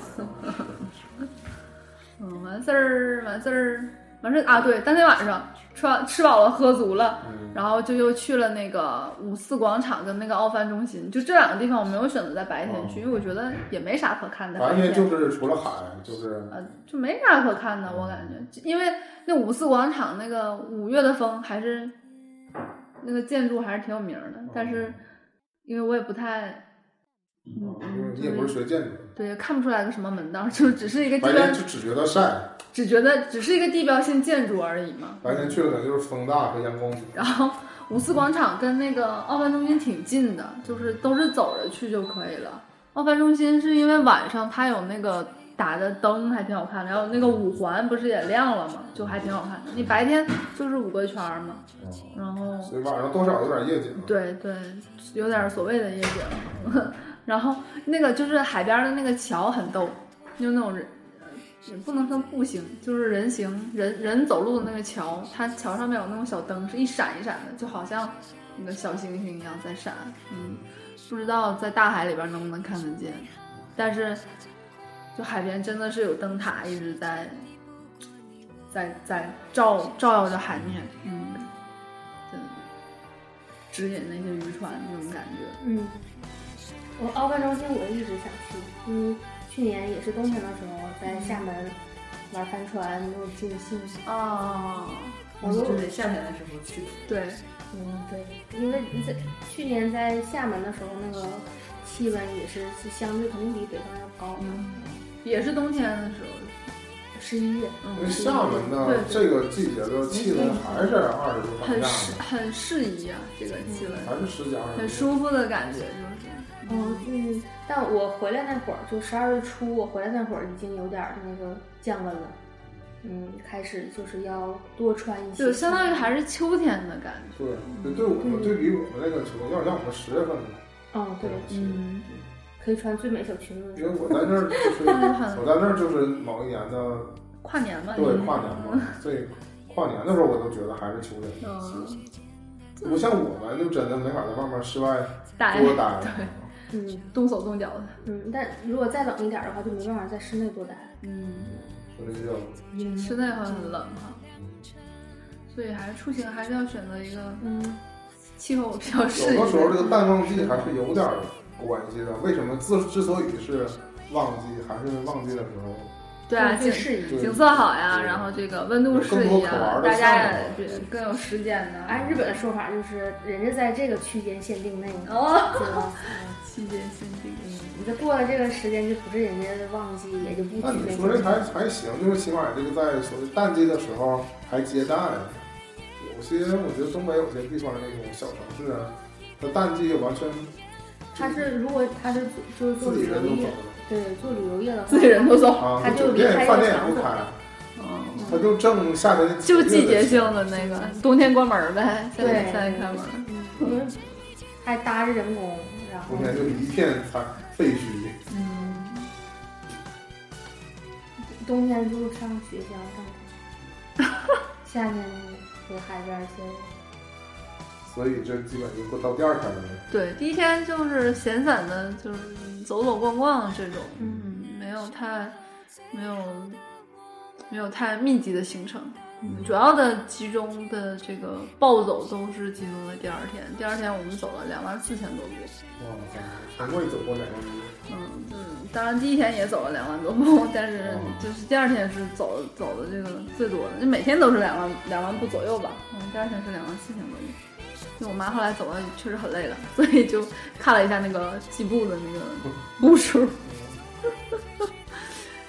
嗯，完事儿完事儿，完事啊，对，当天晚上吃完吃饱了喝足了，嗯然后就又去了那个五四广场跟那个奥帆中心，就这两个地方我没有选择在白天去，因为我觉得也没啥可看的，完白全天啊就是除了海就是呃就没啥可看的，我感觉，因为那五四广场那个五月的风还是那个建筑还是挺有名儿的，但是因为我也不太嗯就是你也不是学建筑的，对看不出来个什么门道，就只是一个地白标天，就只觉得晒，只觉得只是一个地标性建筑而已嘛。白天去了可能就是风大和阳光足。然后五四广场跟那个奥帆中心挺近的，就是都是走着去就可以了。奥帆中心是因为晚上它有那个打的灯还挺好看的，然后那个五环不是也亮了嘛，就还挺好看的。你白天就是五个圈儿嘛，嗯然后所以晚上多少有点夜景。对对，有点所谓的夜景。 然后那个就是海边的那个桥很逗，就那种人，也不能算步行，就是人行人人走路的那个桥，它桥上面有那种小灯，是一闪一闪的，就好像那个小星星一样在闪。嗯，不知道在大海里边能不能看得见，但是就海边真的是有灯塔一直在在在照照耀着海面，嗯，真的指引那些渔船那种感觉。嗯，我奥办中心我一直想去，因为去年也是冬天的时候在厦门玩帆船，没有尽兴。哦，我都就得夏天的时候去。对，嗯，对，因为你在去年在厦门的时候，那个气温也是是相对肯定比北方要高嘛，嗯，也是冬天的时候，十一月。因为嗯，厦门呢对，对这个季节的气温还是二十度上很下适呢，很适宜啊，这个气温，还是十几二十。很舒服的感觉，就是，嗯嗯，但我回来那会儿，就十二月初我回来那会儿，已经有点儿那个降温了。嗯，开始就是要多穿一些，就相当于还是秋天的感觉。对，对，对我们对比我们那个球，要点像我们十月份的嗯，对，去，嗯，可以穿最美小裙子因为。我在那儿 就是我在那儿就是某一年的跨年嘛，对应该跨年嘛，所以跨年的时候我都觉得还是秋天。嗯，不像我们就真的没法在外面室外大多待，嗯动手动脚的，嗯，但如果再冷一点儿的话，就没办法在室内多待。嗯，所以就室内好像很冷哈，所以还是出行还是要选择一个嗯，气候比较适宜有的时候这的。个淡旺季还是有点关系的。为什么之之所以是旺季，还是旺季的时候对啊，最景适宜。对景色好呀，对然后这个温度适宜啊，大家也比更有时间呢。按日本的说法，就是人家在这个区间限定内，哦，对吧？期间限定，你这过了这个时间，就不是人家的旺季，也就不那区你间说限这定。还还行，就是起码这个在所谓淡季的时候还接待。有些我觉得东北有些地方那种小城市啊，它淡季完全他是如果他是就是做自旅己游人都走业，了对，做旅游业的话，自己人都走，啊，他就酒离店开饭这店个也不场开所，嗯，它就正夏天的就九季月节的性的那个，冬天关门呗，夏天对夏天开门。嗯，因为还搭着人工，然后冬天就一片残废墟。嗯，冬天就是上学校上课，夏天和海边儿去。所以这基本就过到第二天了。对，第一天就是闲散的，就是走走逛逛这种，嗯嗯，没有太没有没有太密集的行程。主要的集中的这个暴走都是集中在第二天，第二天我们走了两万四千多步，哇塞，难怪你走过两个月。嗯，嗯，当然第一天也走了两万多步， 但是哦就是第二天是走走的这个最多的，就每天都是两万两万步左右吧。嗯，第二天是两万四千多步。因为我妈后来走完确实很累了， 所以就看了一下那个计步的那个步数。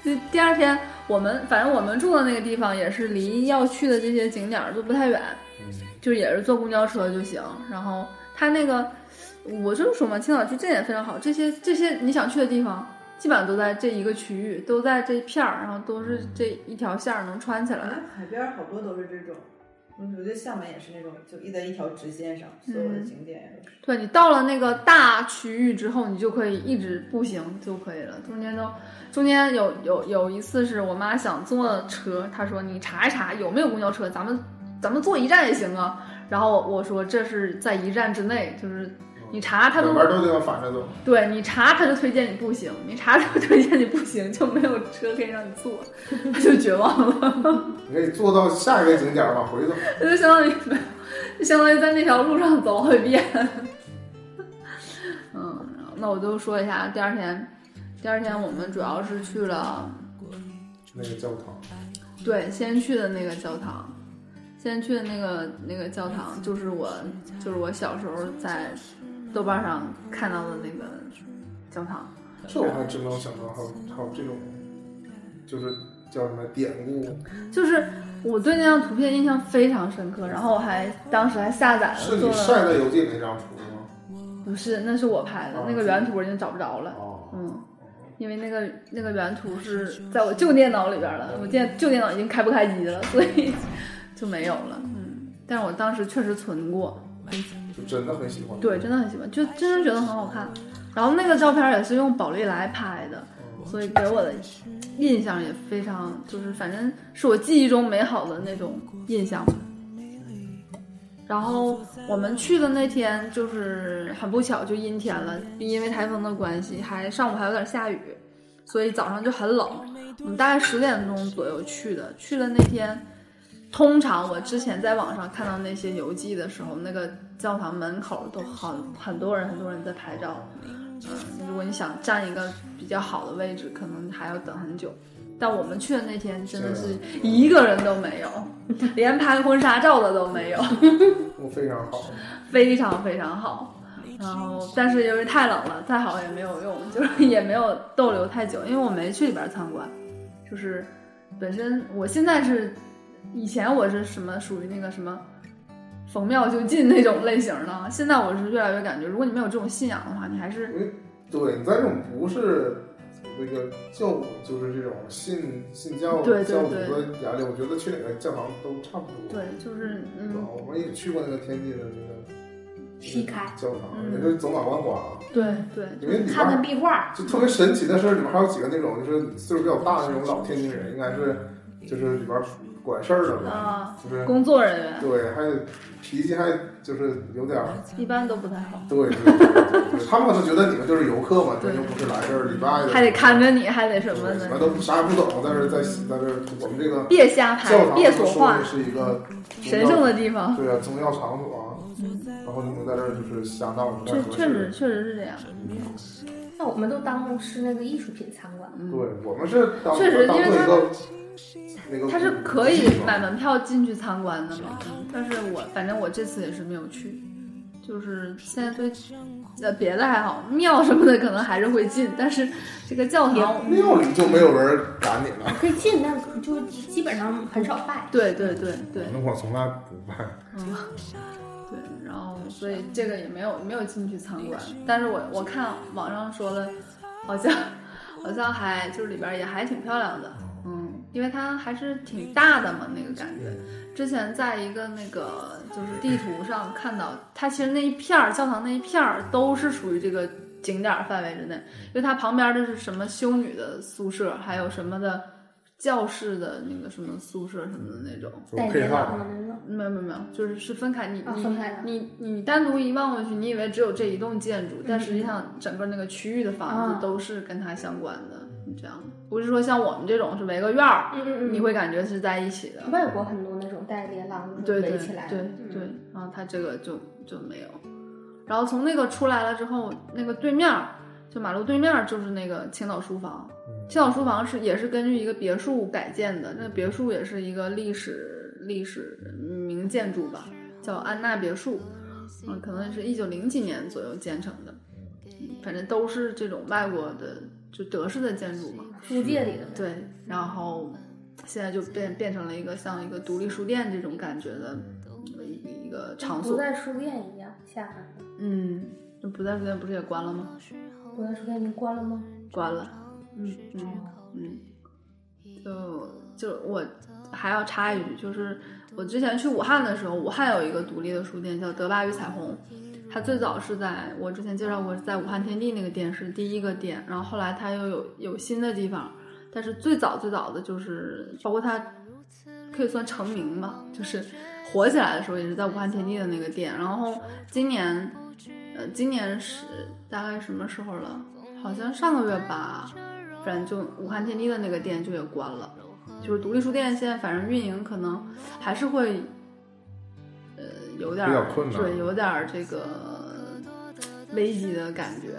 就第二天我们反正我们住的那个地方也是离要去的这些景点儿都不太远，嗯就也是坐公交车就行。然后它那个，我就说嘛，青岛区这点非常好，这些这些你想去的地方，基本上都在这一个区域，都在这一片儿，然后都是这一条线儿能穿起反来。正哎海边儿好多都是这种，嗯我觉得厦门也是那种，就一在一条直线上，所有的景点也都是。对你到了那个大区域之后，你就可以一直步行就可以了，中间都。中间有有有一次是我妈想坐车，她说你查一查有没有公交车，咱们咱们坐一站也行啊。然后我我说这是在一站之内，就是你查他都两边都得要反着走。对你查他就推荐你步行，你查他就推荐你步行，就没有车可以让你坐，他就绝望了，你可以坐到下一个景点儿往回走。他就相当于没有，就相当于在那条路上走好几遍。嗯，然后那我就说一下，第二天，第二天我们主要是去了，那个教堂，对，先去的那个教堂，先去的那个那个教堂，就是我就是我小时候在豆瓣上看到的那个教堂。这我还真没有想到，还有还有这种，就是叫什么典故，就是我对那张图片印象非常深刻，然后我还当时还下载是了做你晒了，在游记里那张图吗？不是，那是我拍的，那个原图我已经找不着了，哦，嗯，因为那个那个原图是在我旧电脑里边了，我电旧电脑已经开不开机了，所以就没有了，嗯，但是我当时确实存过，就真的很喜欢。对，真的很喜欢，就真的觉得很好看，然后那个照片也是用宝丽来拍的，嗯，所以给我的印象也非常，就是反正是我记忆中美好的那种印象吧。然后我们去的那天就是很不巧就阴天了，因为台风的关系，还上午还有点下雨，所以早上就很冷。我们大概十点钟左右去的，去的那天，通常我之前在网上看到那些游记的时候，那个教堂门口都很很多人，很多人在拍照。嗯，如果你想占一个比较好的位置，可能还要等很久。但我们去的那天真的是一个人都没有，连拍婚纱照的都没有，我非常好。非常非常好。然后，但是因为太冷了，再好也没有用， 就是也没有逗留太久，因为我没去里边参观。就是本身我现在是，以前我是什么属于那个什么逢庙就进那种类型的， 现在我是越来越感觉，如果你没有这种信仰的话，你还是对你在这种不是那个教，就是这种信信教对对教徒对的眼里，我觉得去哪个教堂都差不多。对，就是对吧嗯，我们也去过那个天津的那个劈开，教堂，嗯也是走马观花，对对，因为里看看面壁画，就特别神奇的是，里面还有几个那种就是岁数比较大的那种老天津人，应该是就是里边管事儿的吧，啊，就是工作人员对，还脾气还就是有点儿一般都不太好，对，对对对他们可能觉得你们就是游客嘛，你对们又不是来这儿礼拜的，还得看着你，还得什么对，什么的，都啥也不懂，但是在在这儿我们这个别瞎教拍，堂别就说说话的，是一个神圣的地方，宗教，对啊，宗教场所啊，然后你们在这儿就是瞎闹，不太确合适确实确实是这样，那我们都当是那个艺术品参观。嗯对，我们是当确实当做因为它一个那个它是可古迹以嘛买门票进去参观的嘛，啊但是我反正我这次也是没有去，就是现在对呃别的还好，庙什么的可能还是会进，但是这个教堂。庙里就没有人赶你了。嗯可以进，但就基本上很少拜。对对对对，那我从来不拜，嗯，对，然后所以这个也没有没有进去参观，但是我我看网上说的，好像好像还就是里边也还挺漂亮的，嗯，因为它还是挺大的嘛，那个感觉。之前在一个那个就是地图上看到，它其实那一片儿教堂那一片儿都是属于这个景点儿范围之内，因为它旁边的是什么修女的宿舍，还有什么的教士的那个什么宿舍什么的那种。就带配联套网的那种，没有没有没有，就是是分开，你、啊你分开的你你单独一望过去，你以为只有这一栋建筑，但实际上整个那个区域的房嗯啊子都是跟它相关的，这样不是说像我们这种是围个院儿，嗯嗯你会感觉是在一起的，外国很多那种带连廊的对对围对起来，嗯对，然后它这个就就没有，然后从那个出来了之后，那个对面儿就马路对面儿就是那个青岛书房，青岛书房是也是根据一个别墅改建的，那别墅也是一个历史历史名建筑吧，叫安娜别墅，嗯，可能是一九零几年左右建成的，嗯反正都是这种外国的就德式的建筑嘛，租界里的对，然后现在就变变成了一个像一个独立书店这种感觉的一个一个场不所。在书店一样，吓人了。嗯，那不在书店不是也关了吗？不在书店已经关了吗？关了。嗯嗯嗯，就就我还要插一句，就是我之前去武汉的时候，武汉有一个独立的书店叫德巴与彩虹，它最早是在我之前介绍过，是在武汉天地那个店是第一个店，然后后来它又有有新的地方，但是最早最早的就是包括它可以算成名吧，就是火起来的时候也是在武汉天地的那个店，然后今年。呃，今年是大概什么时候了？好像上个月吧，反正就武汉天地的那个店就也关了。就是独立书店现在反正运营可能还是会，呃，有点儿比较困难对，有点儿这个危机的感觉。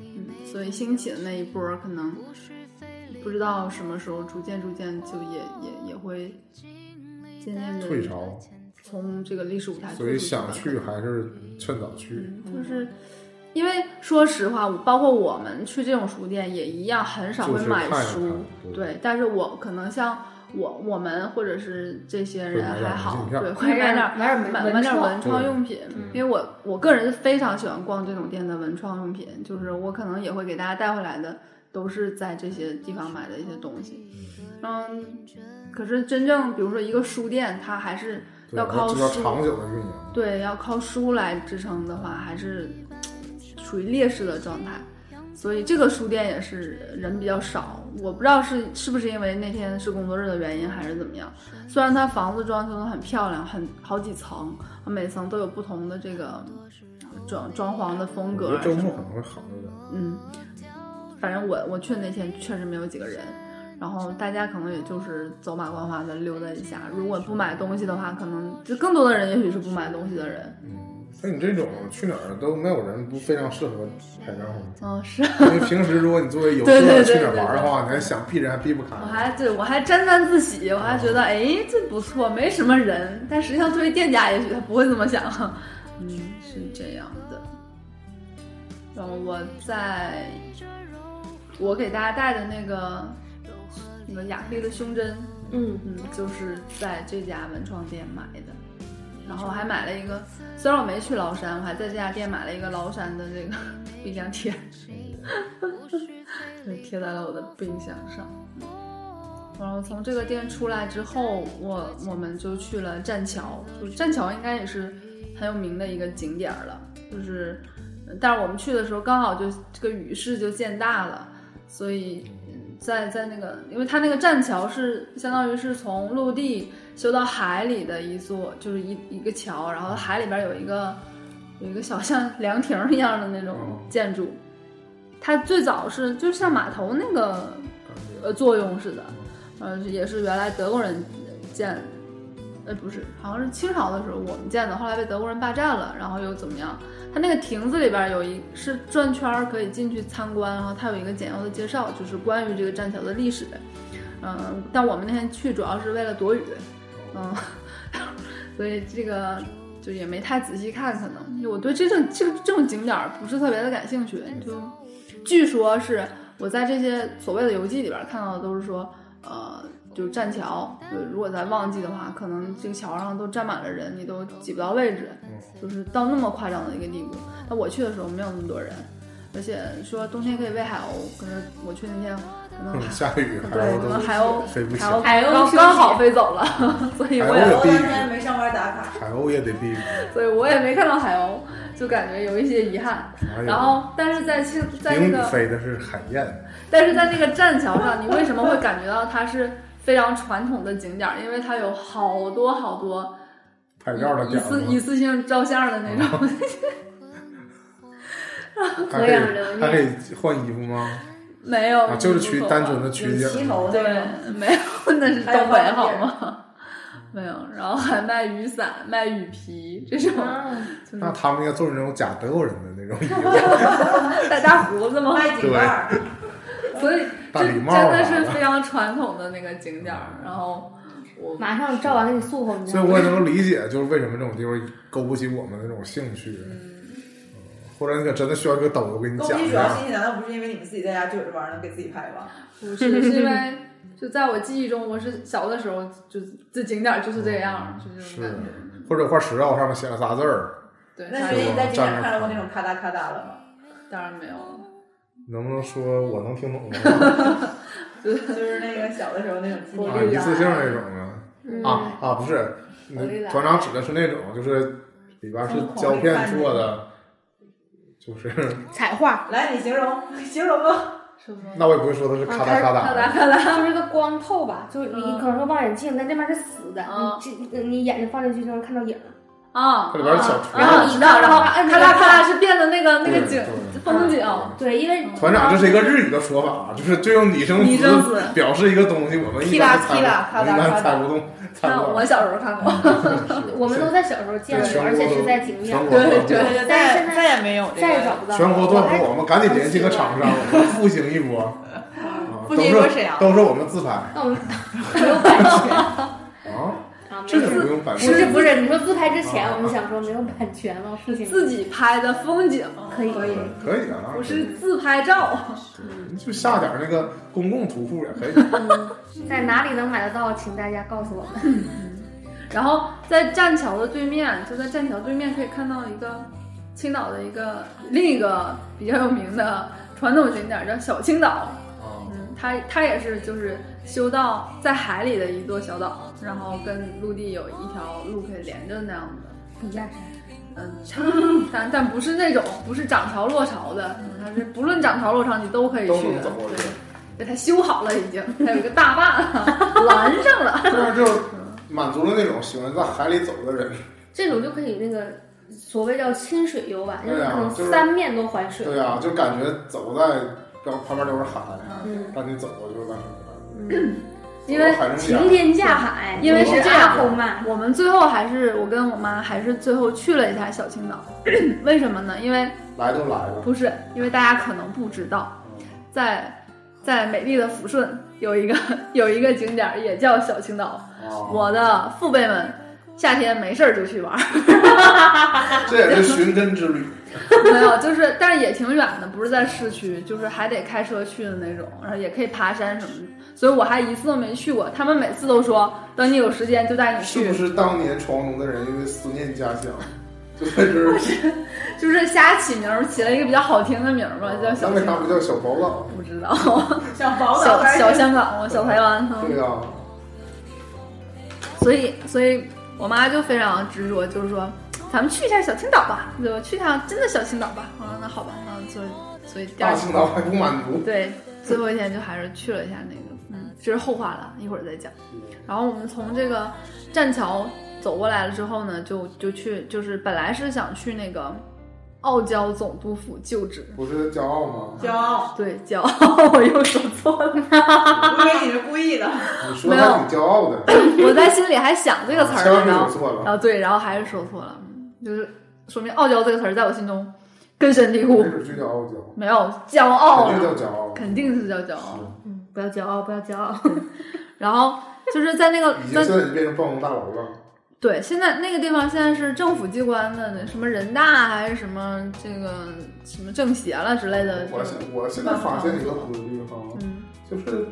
嗯，所以兴起的那一波儿可能不知道什么时候逐渐逐渐就也也也会渐渐退的潮，从这个历史舞台退出去吧。所以想可去能还是趁早去。嗯，就是因为说实话，我包括我们去这种书店也一样，很少会就买是看一书。看对对，但是我可能像我我们或者是这些人会买点还好明，信片对，会买买点点儿儿买点儿买文买文点儿创文创用品，嗯因为我我个人非常喜欢逛这种店的文创用品，就是我可能也会给大家带回来的。都是在这些地方买的一些东西，嗯，可是真正比如说一个书店，它还是对，要靠知道书长久的运营，对，要靠书来支撑的话，还是处于劣势的状态。所以这个书店也是人比较少，我不知道是是不是因为那天是工作日的原因还是怎么样。虽然它房子装修的很漂亮，很好几层，每层都有不同的这个装装潢的风我觉格得啊什周么末的可能会好一点。嗯，反正我我去的那天确实没有几个人，然后大家可能也就是走马观花的溜达一下。如果不买东西的话，可能就更多的人也许是不买东西的人。那嗯你这种去哪儿都没有人，不非常适合拍照 吗？嗯，是，因为平时如果你作为游对对客对去对哪儿玩的话，你还想避人还避不开我。还对我还沾沾自喜，我还觉得哎这不错，没什么人。但实际上作为店家，也许他不会这么想。嗯，是这样的。然后我在我给大家带的那个那个亚克力的胸针，嗯，嗯，就是在这家文创店买的，然后还买了一个，虽然我没去崂山，我还在这家店买了一个崂山的这个 冰箱贴，对贴在了我的冰箱上。然后从这个店出来之后，我我们就去了栈桥，就是栈桥应该也是很有名的一个景点儿了，就是，但是我们去的时候刚好就这个雨势就渐大了，所以嗯在在那个，因为它那个栈桥是相当于是从陆地修到海里的一座，就是一一个桥，然后海里边有一个有一个小像 凉亭一样的那种嗯建筑，它最早是就像码头那个感觉呃作用似的，呃也是原来德国人建，呃不是，好像是清朝的时候我们建的，后来被德国人霸占了，然后又怎么样？它那个亭子里边有一是转圈儿可以进去参观，然后它有一个简要的介绍，就是关于这个栈桥的历史。嗯、但我们那天去主要是为了躲雨，嗯、 所以这个就也没太仔细看，可能就我对这种这个这种景点儿不是特别的感兴趣。就据说是我在这些所谓的游记里边看到的都是说，呃，就栈桥，对，如果在旺季的话，可能这个桥上都站满了人，你都挤不到位置，就是到那么夸张的一个地步。那我去的时候没有那么多人，而且说冬天可以喂海鸥，可是我去那天可能嗯海下雨还对要可能都海鸥飞不起海，鸥海鸥刚休息刚好飞走了， 所以我也海我鸥当时没上班打卡，海鸥也得避雨。所以我也没看到海鸥，就感觉有一些遗憾。哎呦然后，但是在庆在那英个语飞的是海燕，但是在那个栈桥上，你为什么会感觉到它是非常传统的景点儿？因为它有好多好多拍照的一点儿啊次嘛一次性照相的那种，还可合影留以念还可以换衣服吗？ 嗯没有，啊，就是取单纯的的取景有。旗头对那种，，没有，那是东北好吗？没有，然后还卖雨伞、卖雨披这种，啊，就是那他们应该做成那种假德国人的那种嗯衣服，大大胡子嘛，卖井盖儿，所以大这礼真帽啊的是非常传统的那个景点儿。然后我马上照完给你速后，你知所道以我吗也？能理解，就是为什么这种地方勾不起我们的那种兴趣。嗯嗯或者你可真的需要一个兜子给你攻讲击一主要下信，息难道不是因为你们自己在家就有这玩意儿能给自己拍吧？不是，是因为就在我记忆中，我是小的时候就这景点儿就是这样，就这是种感觉。或者有块石头上面写了仨字儿，对，那当所以然你在景点看到过那种咔嗒咔嗒的吗？当然没有了。能不能说我能听懂 吗？就是那个小的时候那种记啊，忆。一次性那种的。嗯啊啊，不是，那回来团长指的是那种，就是里边是胶片做的，就是彩画，来，你形容， 形容吧。什么那我也不会说它是咔嗒咔咔嗒哒的，咔哒，就是个光透吧，就是你嗯可能是望远镜，但那边是死的，呃嗯你这你眼睛放进去就能看到影儿。啊啊，它里边啊小船然后你知道，然后啊咔啦咔啦是变的那个那个对景对风景，对，因为团长，这是一个日语的说法，啊就是就用拟声拟声词表示一个东西，我们一般猜不，我们一般猜不动，猜那不我到。小时候看过，是我们都在小时候见对过，全而且国是都在景面全，国对都对对，但是再现在再也没有这再也个找不到了。全国我断还货，我们赶紧联系个厂商，我们复兴一波。啊复都兴一波是沈阳都是我们自拍啊那我们没有版权啊，没这个事。不啊用版不权是不是，你说自拍之前，我们想说没有版权了，事情自己拍的风景，可以对可以啊，不是自拍照，嗯你就下点那个公共图库也可以。在哪里能买得到，请大家告诉我们。然后在栈桥的对面，就在栈桥对面可以看到一个青岛的一个另一个比较有名的传统景点儿，叫小青岛。啊，嗯，它它也是就是修道在海里的一座小岛，然后跟陆地有一条路可以连着那样的。评价嗯， 但但不是那种不是涨潮落潮的，它是不论涨潮落潮你都可以嗯都啊去能的走。过去。对，它修好了已经，它有一个大坝拦上了。 这样就满足了那种喜欢在海里走的人。这种就可以那个所谓叫亲水游玩，就对是啊可能就是三面都环水。对啊，就感觉走在然后旁边都是海，嗯，让你走过去了。因为走到海中间晴天架海，因为是是这阿样公嘛，我们最后还是我跟我妈还是最后去了一下小青岛， 为什么呢？因为来都来了，不是，因为大家可能不知道，在在美丽的抚顺有一个 有一个景点儿也叫小青岛，啊，我的父辈们夏天没事儿就去玩儿。 啊这也是寻根之旅。没有，就是，但是也挺远的，不是在市区，就是还得开车去的那种，然后也可以爬山什么的。所以我还一次都没去过，他们每次都说等你有时间就带你是去，不是当年床中的人因为思念家 乡，就在这儿？就是瞎起名儿，起了一个比较好听的名儿嘛，叫那小为香啥港不，叫小宝岛？不知道，小宝小岛小香港，我小台湾，嗯对啊，所以所以我妈就非常执着，就是说咱们去一下小青岛吧，就去一趟真的小青岛吧。我说那好吧，然后就所以第大二青岛还不满足。对，最后一天就还是去了一下那个，嗯，这是后话了，一会儿再讲。然后我们从这个栈桥走过来了之后呢，就就去，就是本来是想去那个傲娇总督府就职，不是骄傲吗？骄傲，对，骄傲， 我又说错 了， 我以为你是故意的。你说还挺骄傲的，我在心里还想这个词千儿万呢，别然走后错了。然后对，然后还是说错了，嗯就是说明傲娇这个词儿在我心中根深蒂固没，准就叫傲娇，哦没有骄傲肯了定叫骄傲。肯定是叫骄傲。嗯，不要骄傲，不要骄傲。 然后就是在那个 已在经现在已经变成办公大楼了。对，现在那个地方现在是政府机关的那什么人大还是什么这个什么政协了之类的。我现我现在发现一个规律哈，嗯，就是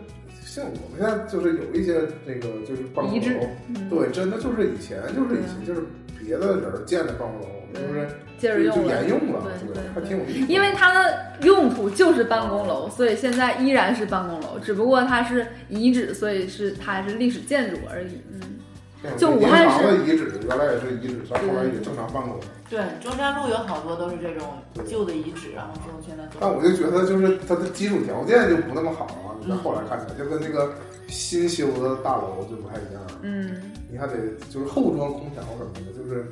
像我们现在就是有一些这个就是办公遗址楼，嗯对，真的就是以前就是以前就是别的人建的办公楼，我们就是接着就就嗯用了沿。用了，对对对，还挺有意思的。因为它的用途就是办公楼，所以现在依然是办公楼，只不过它是遗址，所以是它还是历史建筑而已。嗯，就武汉银市行的遗址原来也是遗址，到后来也正常办公。对，中山路有好多都是这种旧的遗址，然后之后现在但我就觉得就是它的基础条件就不那么好啊，你再后来看起来就跟那个新修的大楼就不太一样，嗯，你还得就是后装空调什么的，就是。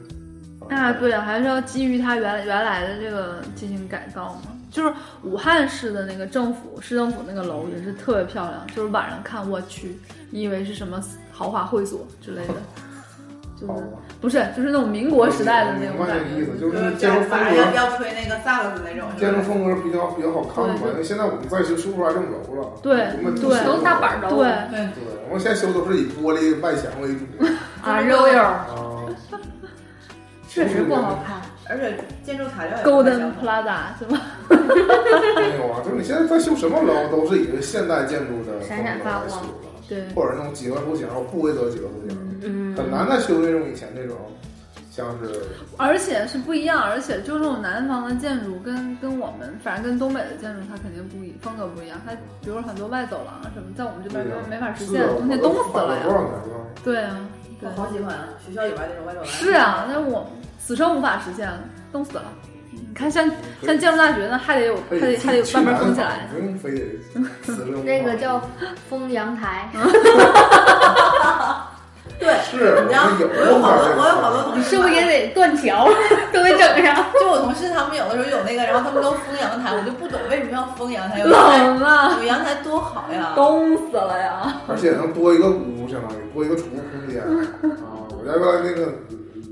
呃那对啊，还是要基于它原原来的这个进行改造嘛。就是武汉市的那个政府市政府那个楼也是特别漂亮，就是晚上看，我去，你以为是什么豪华会所之类的， 就好是吧不是就是那种民国时代的那种明白感这个意觉思，。就是就是建筑风反正要不格，要吹那个萨克斯那种，建筑风格比较比较好看嘛。对对因为现在我们再修修不出来这种楼了，对我们对修都大板的。楼，对，对，对，我们现在修都是以玻璃外墙为 主。啊，肉肉啊，确实不好看。而且建筑材料也不太 Golden 相同 Plaza 是吗？没有啊，就是你现在在修什么楼都是以这个现代建筑的风闪格闪发来修光的，对，或者那种几何图形不规则几何图形，嗯，很难再修那种以前那种，像是而且是不一样，而且就是我们南方的建筑跟跟我们，反正跟东北的建筑它肯定不一风格不一样。它比如很多外走廊啊啊什么，在我们这边对呀根本没法实是现，的东西冻死多了呀。少年了？对啊，对我，好喜欢啊，学校里边那种外国人是，啊，那我此生无法实现了，冻死了。你看像像建筑大学呢，还得有还得还得有去慢慢南封起法来。不用非得死嗯那个叫封阳台，对，是，你知道，我我们有有好多，我有好多同你事是不是也得断桥都得整上？就我同事他们有的时候有那个，然后他们都封阳台，我就不懂为什么要封阳台。有阳台冷啊了，哎有阳台多好呀！冻死了呀！而且能多一个屋，相当于多一个储物空间啊！我家原来那个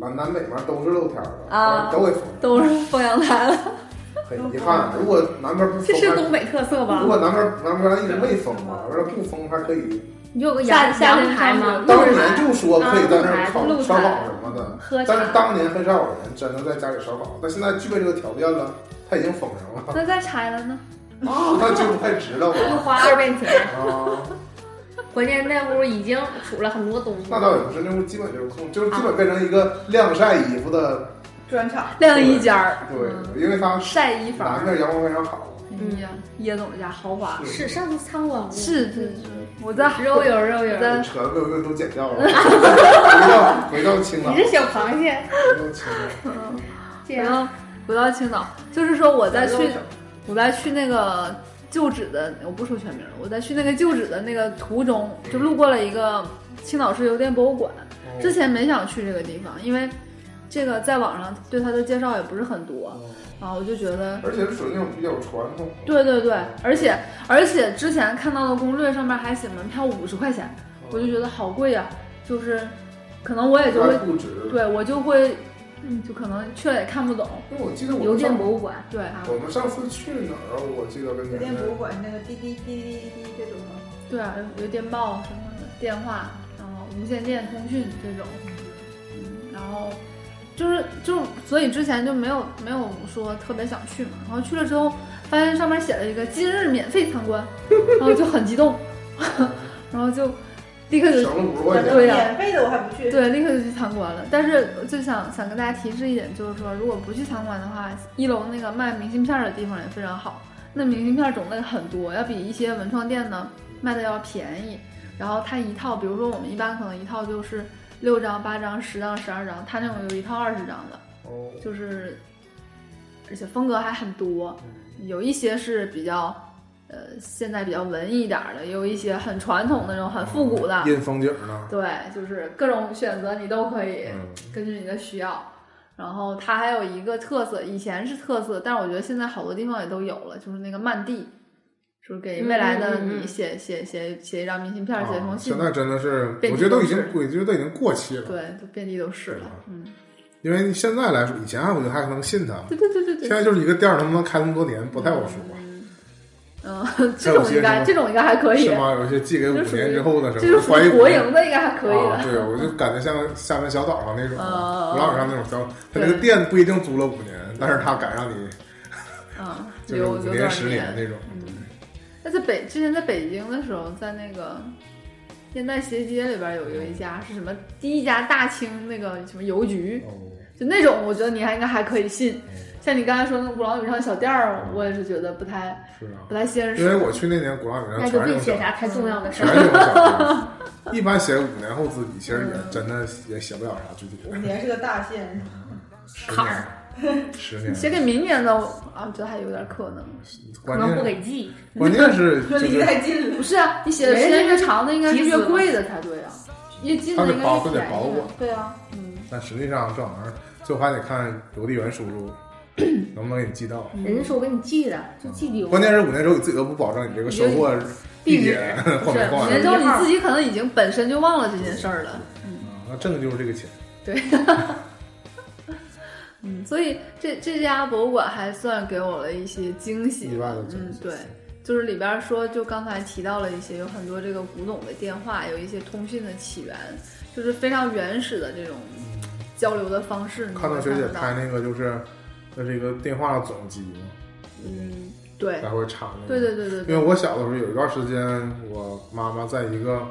南南北嘛都是露天的，啊都给封了。都是放阳台了，很遗憾，如果南边不封，这是东北特色吧如？果南边南边一直没封嘛，要是不封还可以。你有个夏阳夏天阳台上吗去？当年就说可以在那儿露烤台烧烤什么的，喝但是茶。当年很少有人真的在家里烧烤。但现在具备这个条件了，他已经封上了，那再拆了呢？哦那就不太值了又吧？花二百钱，啊，关键那屋已经储了很多东西。那倒也不是，那屋基本就是空，就是基啊本变成一个晾晒衣服的，专场晾衣间儿，对，因为它嗯晒衣啊房南儿。面阳光非常好。哎呀，椰总家豪华。是上次参观过，是是，我在肉有肉有。在扯的没有用都剪掉 了，回到回到青岛，你是小螃蟹，回到青岛，这然样后回到青岛，就是说我在去，我在去那个旧址的，我不说全名了，我在去那个旧址的那个途中，就路过了一个青岛市邮电博物馆。哦之前没想去这个地方，因为这个在网上对它的介绍也不是很多哦啊，我就觉得而且是属于那种比较传统，对对对，而且而且之前看到的攻略上面还写门票五十块钱，哦我就觉得好贵呀、就是可能我也就会还不值。对我就会，嗯，就可能去了也看不懂，因为我记得我邮们电上博物馆，对，我们上次去哪儿啊？我记得跟你酒店博物们馆那个滴滴滴滴滴滴这种吗？对啊，有电报什么的，电话，然后无线电通讯这种，嗯，然后就是就所以之前就没有没有说特别想去嘛，然后去了之后发现上面写了一个今日免费参观，然后就很激动， 然后就立刻就省了五十块钱，对呀免费的我还不去。对，立刻就去参观了。但是就想想跟大家提示一点，就是说，如果不去参观的话，一楼那个卖明信片儿的地方也非常好。那明信片儿种类很多，要比一些文创店呢卖的要便宜。然后它一套，比如说我们一般可能一套就是六张、八张、十张、十二张，它那种有一套二十张的，哦，就是而且风格还很多，有一些是比较呃现在比较文艺一点儿的，也有一些很传统的那种很复古的。印风景呢。对，就是各种选择你都可以嗯根据你的需要。然后它还有一个特色，以前是特色，但是我觉得现在好多地方也都有了，就是那个漫地，就是给未来的嗯嗯嗯你写写写写一张明信片，写一啊封信现，在真的是，遍我地觉得都都已是经，我觉得都已经过期了。对，就遍地都是了。嗯，因为现在来说，以前我觉得还能信他，对对对对现对，在就是一个店儿能不能开那么多年，不太好说。嗯，还这有种些什应该么这种应该还可以是，吗？有些寄给五这属于年之后的这什么就怀疑是国营的应该还可以啊，的。对，我就感觉像厦门小岛上那种，啊鼓浪屿上那种小，他对那个店不一定租了五年，但是他敢让你嗯，就是有五有多年少嗯十年那种。那在北之前在北京的时候，在那个现代斜街里边有有一家是什么第一家大清那个什么邮局，哦，就那种我觉得你还应该还可以信。像你刚才说那鼓浪屿上小店儿，我也是觉得不太是啊不，太现因为实。我去那年鼓浪屿上那就全是别那写种啥太重要的事全儿。是那种小 店，一般写五年后自己，其实嗯也真的也写不了啥具体五的。年是个大限，十年， 十年，写给明年的我啊，我觉得还有点可能。可关能不键给寄，关键 是就是离太近了。不是啊，你写的时间越长的应该是越贵的才对啊，越近他的得应该保越他得便保宜的管。对啊，嗯，但实际上这玩意儿就还得看邮递员叔 叔能不能给你寄到。嗯嗯人家说我给你寄的，就寄丢。关键是五年之后你自己都不保证你这个收货地点不换是没五换年之后你自己可能已经本身就忘了这件事儿了。啊？那挣的就是这个钱。嗯，所以这这家博物馆还算给我了一些惊喜吧。意外的惊嗯喜，对，就是里边儿说，就刚才提到了一些，有很多这个古董的电话，有一些通讯的起源，就是非常原始的这种交流的方式。你看到能学姐得到拍那个就是，那是一个电话总机嘛，嗯，对，来回插那个。对对对对因为对，我小的时候有一段时间，我妈妈在一个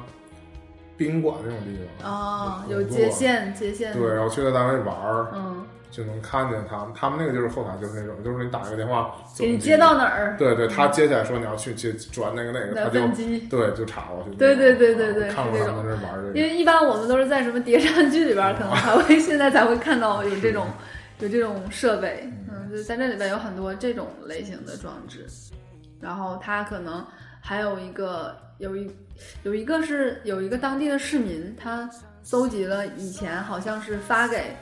宾馆那种地方啊、有有有接过线接线，对，然后去她单位玩儿，嗯，就能看见他们。他们那个就是后台就是那种，就是你打一个电话，给你总机接到哪儿，对对，他接起来说你要去去转那个那个，哪他儿就分机。对就插过去。对对对对对啊看是过这他们种在那玩儿因这个。为一般我们都是在什么谍战剧里边儿，可能才会现在才会看到有这种有这种设备，嗯，就是在这里边有很多这种类型的装置，然后它可能还有一个有一有一个是有一个当地的市民，他搜集了以前好像是发给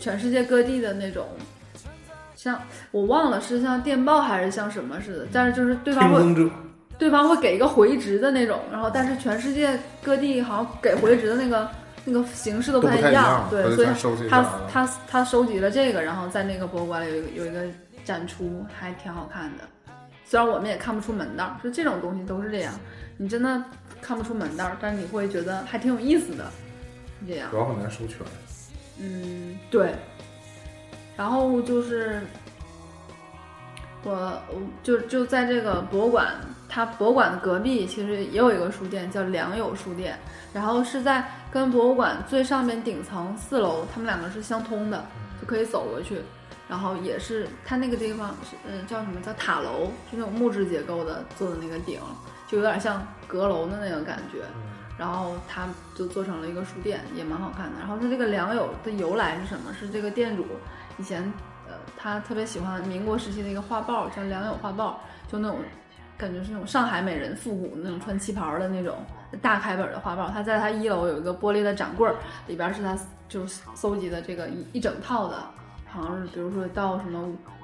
全世界各地的那种，像我忘了是像电报还是像什么似的，但是就是对方听会增者，对方会给一个回执的那种，然后但是全世界各地好像给回执的那个那个形式都都不不太太一样样，对他，就所以算收集下他来了他他收集了这个，然后在那个博物馆里有一个有一个展出，还挺好看的。虽然我们也看不出门道，就这种东西都是这样，你真的看不出门道，但是你会觉得还挺有意思的，这样主。要很难授权。嗯，对。然后就是我，我就就在这个博物馆，它博物馆的隔壁其实也有一个书店，叫良友书店。然后是在跟博物馆最上面顶层四楼，他们两个是相通的，就可以走过去。然后也是它那个地方是，嗯，叫什么叫塔楼，就那种木质结构的做的那个顶，就有点像阁楼的那种感觉。然后它就做成了一个书店，也蛮好看的。然后它这个良友的由来是什么？是这个店主以前呃，他特别喜欢民国时期的一个画报，叫《良友画报》，就那种感觉是那种上海美人复古那种穿旗袍的那种呃大开本的画报。他在他一楼有一个玻璃的展柜儿，里边是他就是搜集的这个一一整套的，好像是比如说到什么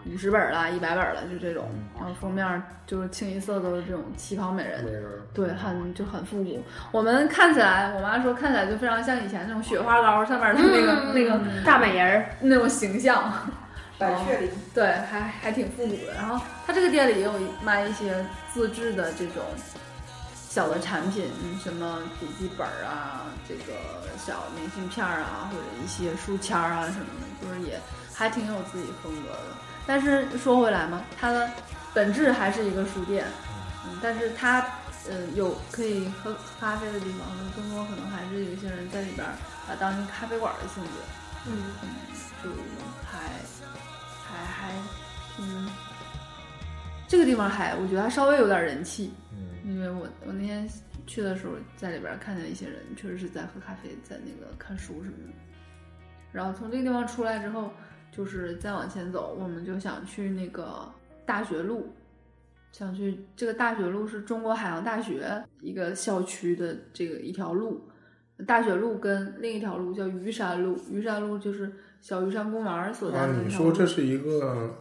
五十本儿啦、一百本儿了，就这种。嗯然后封面儿就是清一色都是这种旗袍美人那，个对，很就很复古。我们看起来，我妈说看起来就非常像以前那种雪花膏上面的那个、那个大美人儿，那种形象，百雀羚，对，还还挺复古的。然后它这个店里也有卖一些自制的这种小的产品，嗯什么笔记本儿啊，这个小明信片儿啊，或者一些书签儿啊什么的，就是也还挺有自己风格的。但是说回来嘛，它的本质还是一个书店，嗯，但是它呃有可以喝咖啡的地方，更多可能还是有一些人在里边儿把它当成咖啡馆儿的性质，嗯，嗯，就还还还挺这个地方还我觉得还稍微有点人气，嗯，因为我我那天去的时候在里边看见一些人确实是在喝咖啡，在那个看书什么的。然后从这个地方出来之后，就是再往前走，我们就想去那个大学路，想去这个大学路是中国海洋大学一个校区的这个一条路，大学路跟另一条路叫鱼山路，鱼山路就是小鱼山公园所在啊，的那你条路。说这是一个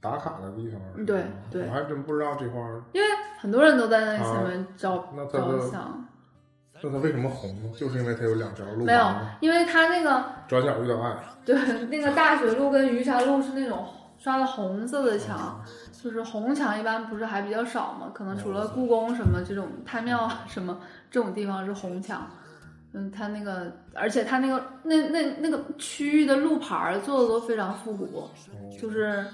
打卡的地方是吗？对对我还真不知道这块儿，因为很多人都在啊那前面照、那它照的相，那它为什么红呢？就是因为它有两条路没有吗，因为它那个转角遇到爱，对，那个大学路跟鱼山路是那种刷的红色的墙，就是红墙一般不是还比较少吗？可能除了故宫什么这种太庙啊什么这种地方是红墙。嗯，它那个，而且它那个那那那个区域的路牌儿做的都非常复古，就是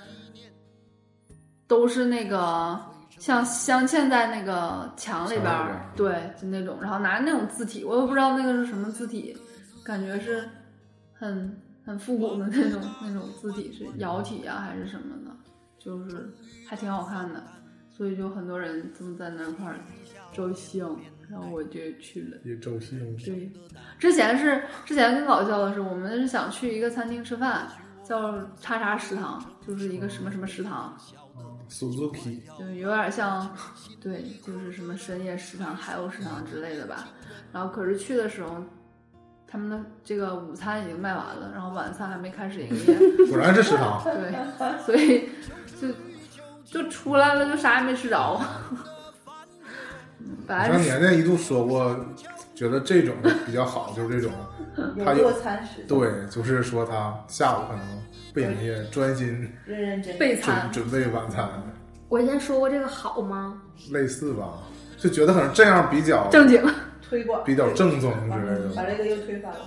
都是那个像镶嵌在那个墙里墙里边边儿儿，对，就那种，然后拿那种字体，我也不知道那个是什么字体，感觉是很很复古的那种那种字体，是窑体啊还是什么的，就是还挺好看的，所以就很多人都在那块儿照相，然后我就去了。一周戏用对，之前是之前更搞笑的是，我们是想去一个餐厅吃饭，叫叉叉食堂，就是一个什么什么食堂，嗯 Suzuki 就是有点像，对，就是什么深夜食堂、海鸥食堂之类的吧。然后可是去的时候，他们的这个午餐已经卖完了，然后晚餐还没开始营业， 果然是食堂，对，所以就就出来了，就啥也没吃着。嗯本好来像是年年一度说过，觉得这种比较好，就是这种，有嗯它有落餐时，，对，就是说他下午可能不营业，专心认认真真。备餐准，准备晚餐，我以前说过这个好吗？类似吧，就觉得可能这样比较正经。推广比较正宗之类把的，这个又推翻了。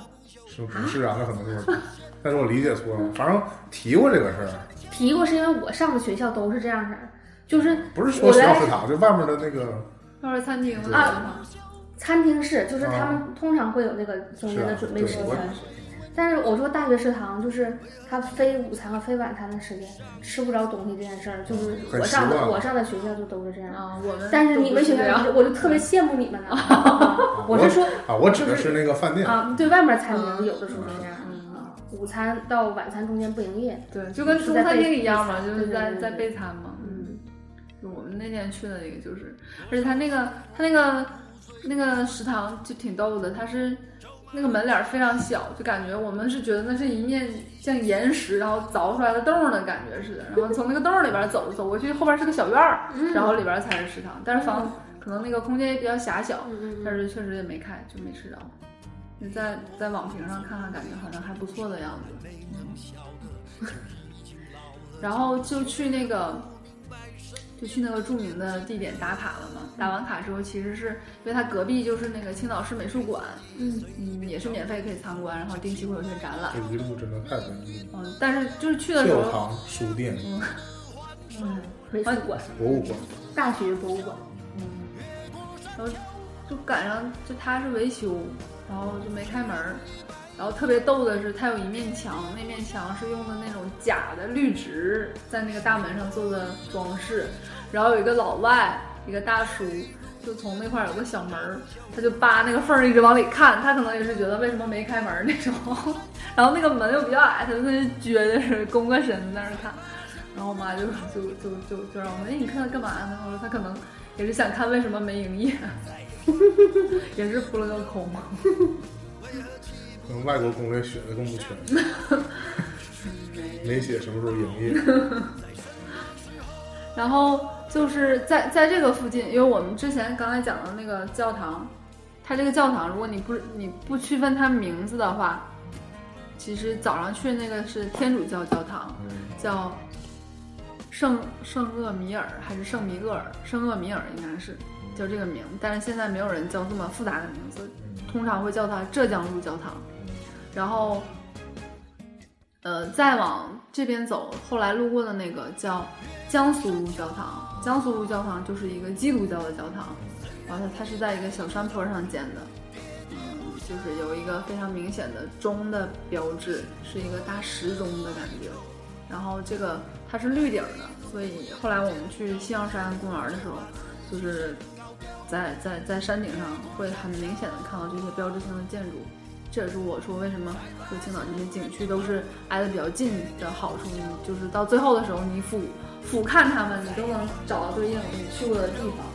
是不是啊？那可能就是，但是我理解错了，反正提过这个事儿，提过是因为我上的学校都是这样式儿，就是不是说我学校来食堂，就外面的那个，要是餐厅对啊，餐厅是，就是啊他们通常会有那个中间的准备时是啊间对。餐时，但是我说大学食堂就是他非午餐和非晚餐的时间吃不着东西这件事儿，就是嗯很我上习惯的啊了我上的学校就都是这样。啊，我们但是都你不啊们学这校样就，我就特别羡慕你们呢。啊 我是说啊，我指的是那个饭店，啊，对外面餐嗯厅有的时候是这样，嗯啊午餐到晚餐中间不营业。对，就跟是中在餐备厅一样嘛，备就餐是在对对对在备餐嘛。嗯，就我们那天去的那个就是，而且他那个他那个那个食堂就挺逗的，他是那个门脸儿非常小，就感觉我们是觉得那是一面像岩石，然后凿出来的洞儿的感觉似的。然后从那个洞儿里边儿走走过去，后边是个小院儿，嗯然后里边儿才是食堂。但是房可能那个空间也比较狭小，嗯但是确实也没开，就没吃着。你在在网评上看看，感觉好像还不错的样子。 然后就去那个，就去那个著名的地点打卡了嘛。打完卡之后，其实是因为它隔壁就是那个青岛市美术馆，嗯嗯，也是免费可以参观，然后定期会有一些展览。这一路真的太文艺了。嗯，但是就是去的时教候，堂、书店、嗯，美术啊馆、博物馆，大学博物馆，就赶上就它是维修，然后就没开门儿。然后特别逗的是，它有一面墙，那面墙是用的那种假的绿植在那个大门上做的装饰。然后有一个老外，一个大叔，就从那块儿有个小门儿，他就扒那个缝儿一直往里看。他可能也是觉得为什么没开门儿那种。然后那个门又比较矮，他就那撅着是弓个身子在那儿看。然后我妈就就就就就让我问，哎，你看他干嘛呢？我说他可能也是想看为什么没营业。也是扑了个空。可能外国攻略学的更不全，没写什么时候营业。然后就是在在这个附近，因为我们之前刚才讲的那个教堂，它这个教堂，如果你不你不区分它名字的话，其实早上去那个是天主教教堂，嗯，叫圣圣厄米尔还是圣米厄尔？圣厄米尔应该是叫这个名，但是现在没有人叫这么复杂的名字，通常会叫它浙江路教堂。然后，呃，再往这边走，后来路过的那个叫江苏路教堂。江苏路教堂就是一个基督教的教堂，然后它它是在一个小山坡上建的，嗯，就是有一个非常明显的钟的标志，是一个大时钟的感觉。然后这个它是绿底儿的，所以后来我们去西洋山公园的时候，就是在在在山顶上会很明显的看到这些标志性的建筑。这也是我说为什么说青岛这些景区都是挨得比较近的好处，你就是到最后的时候，你俯俯瞰它们，你都能哎找到对应你去过的地方，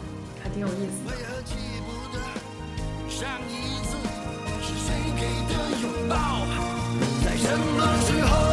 还挺有意思的。上一次是谁给的拥抱？在什么时候？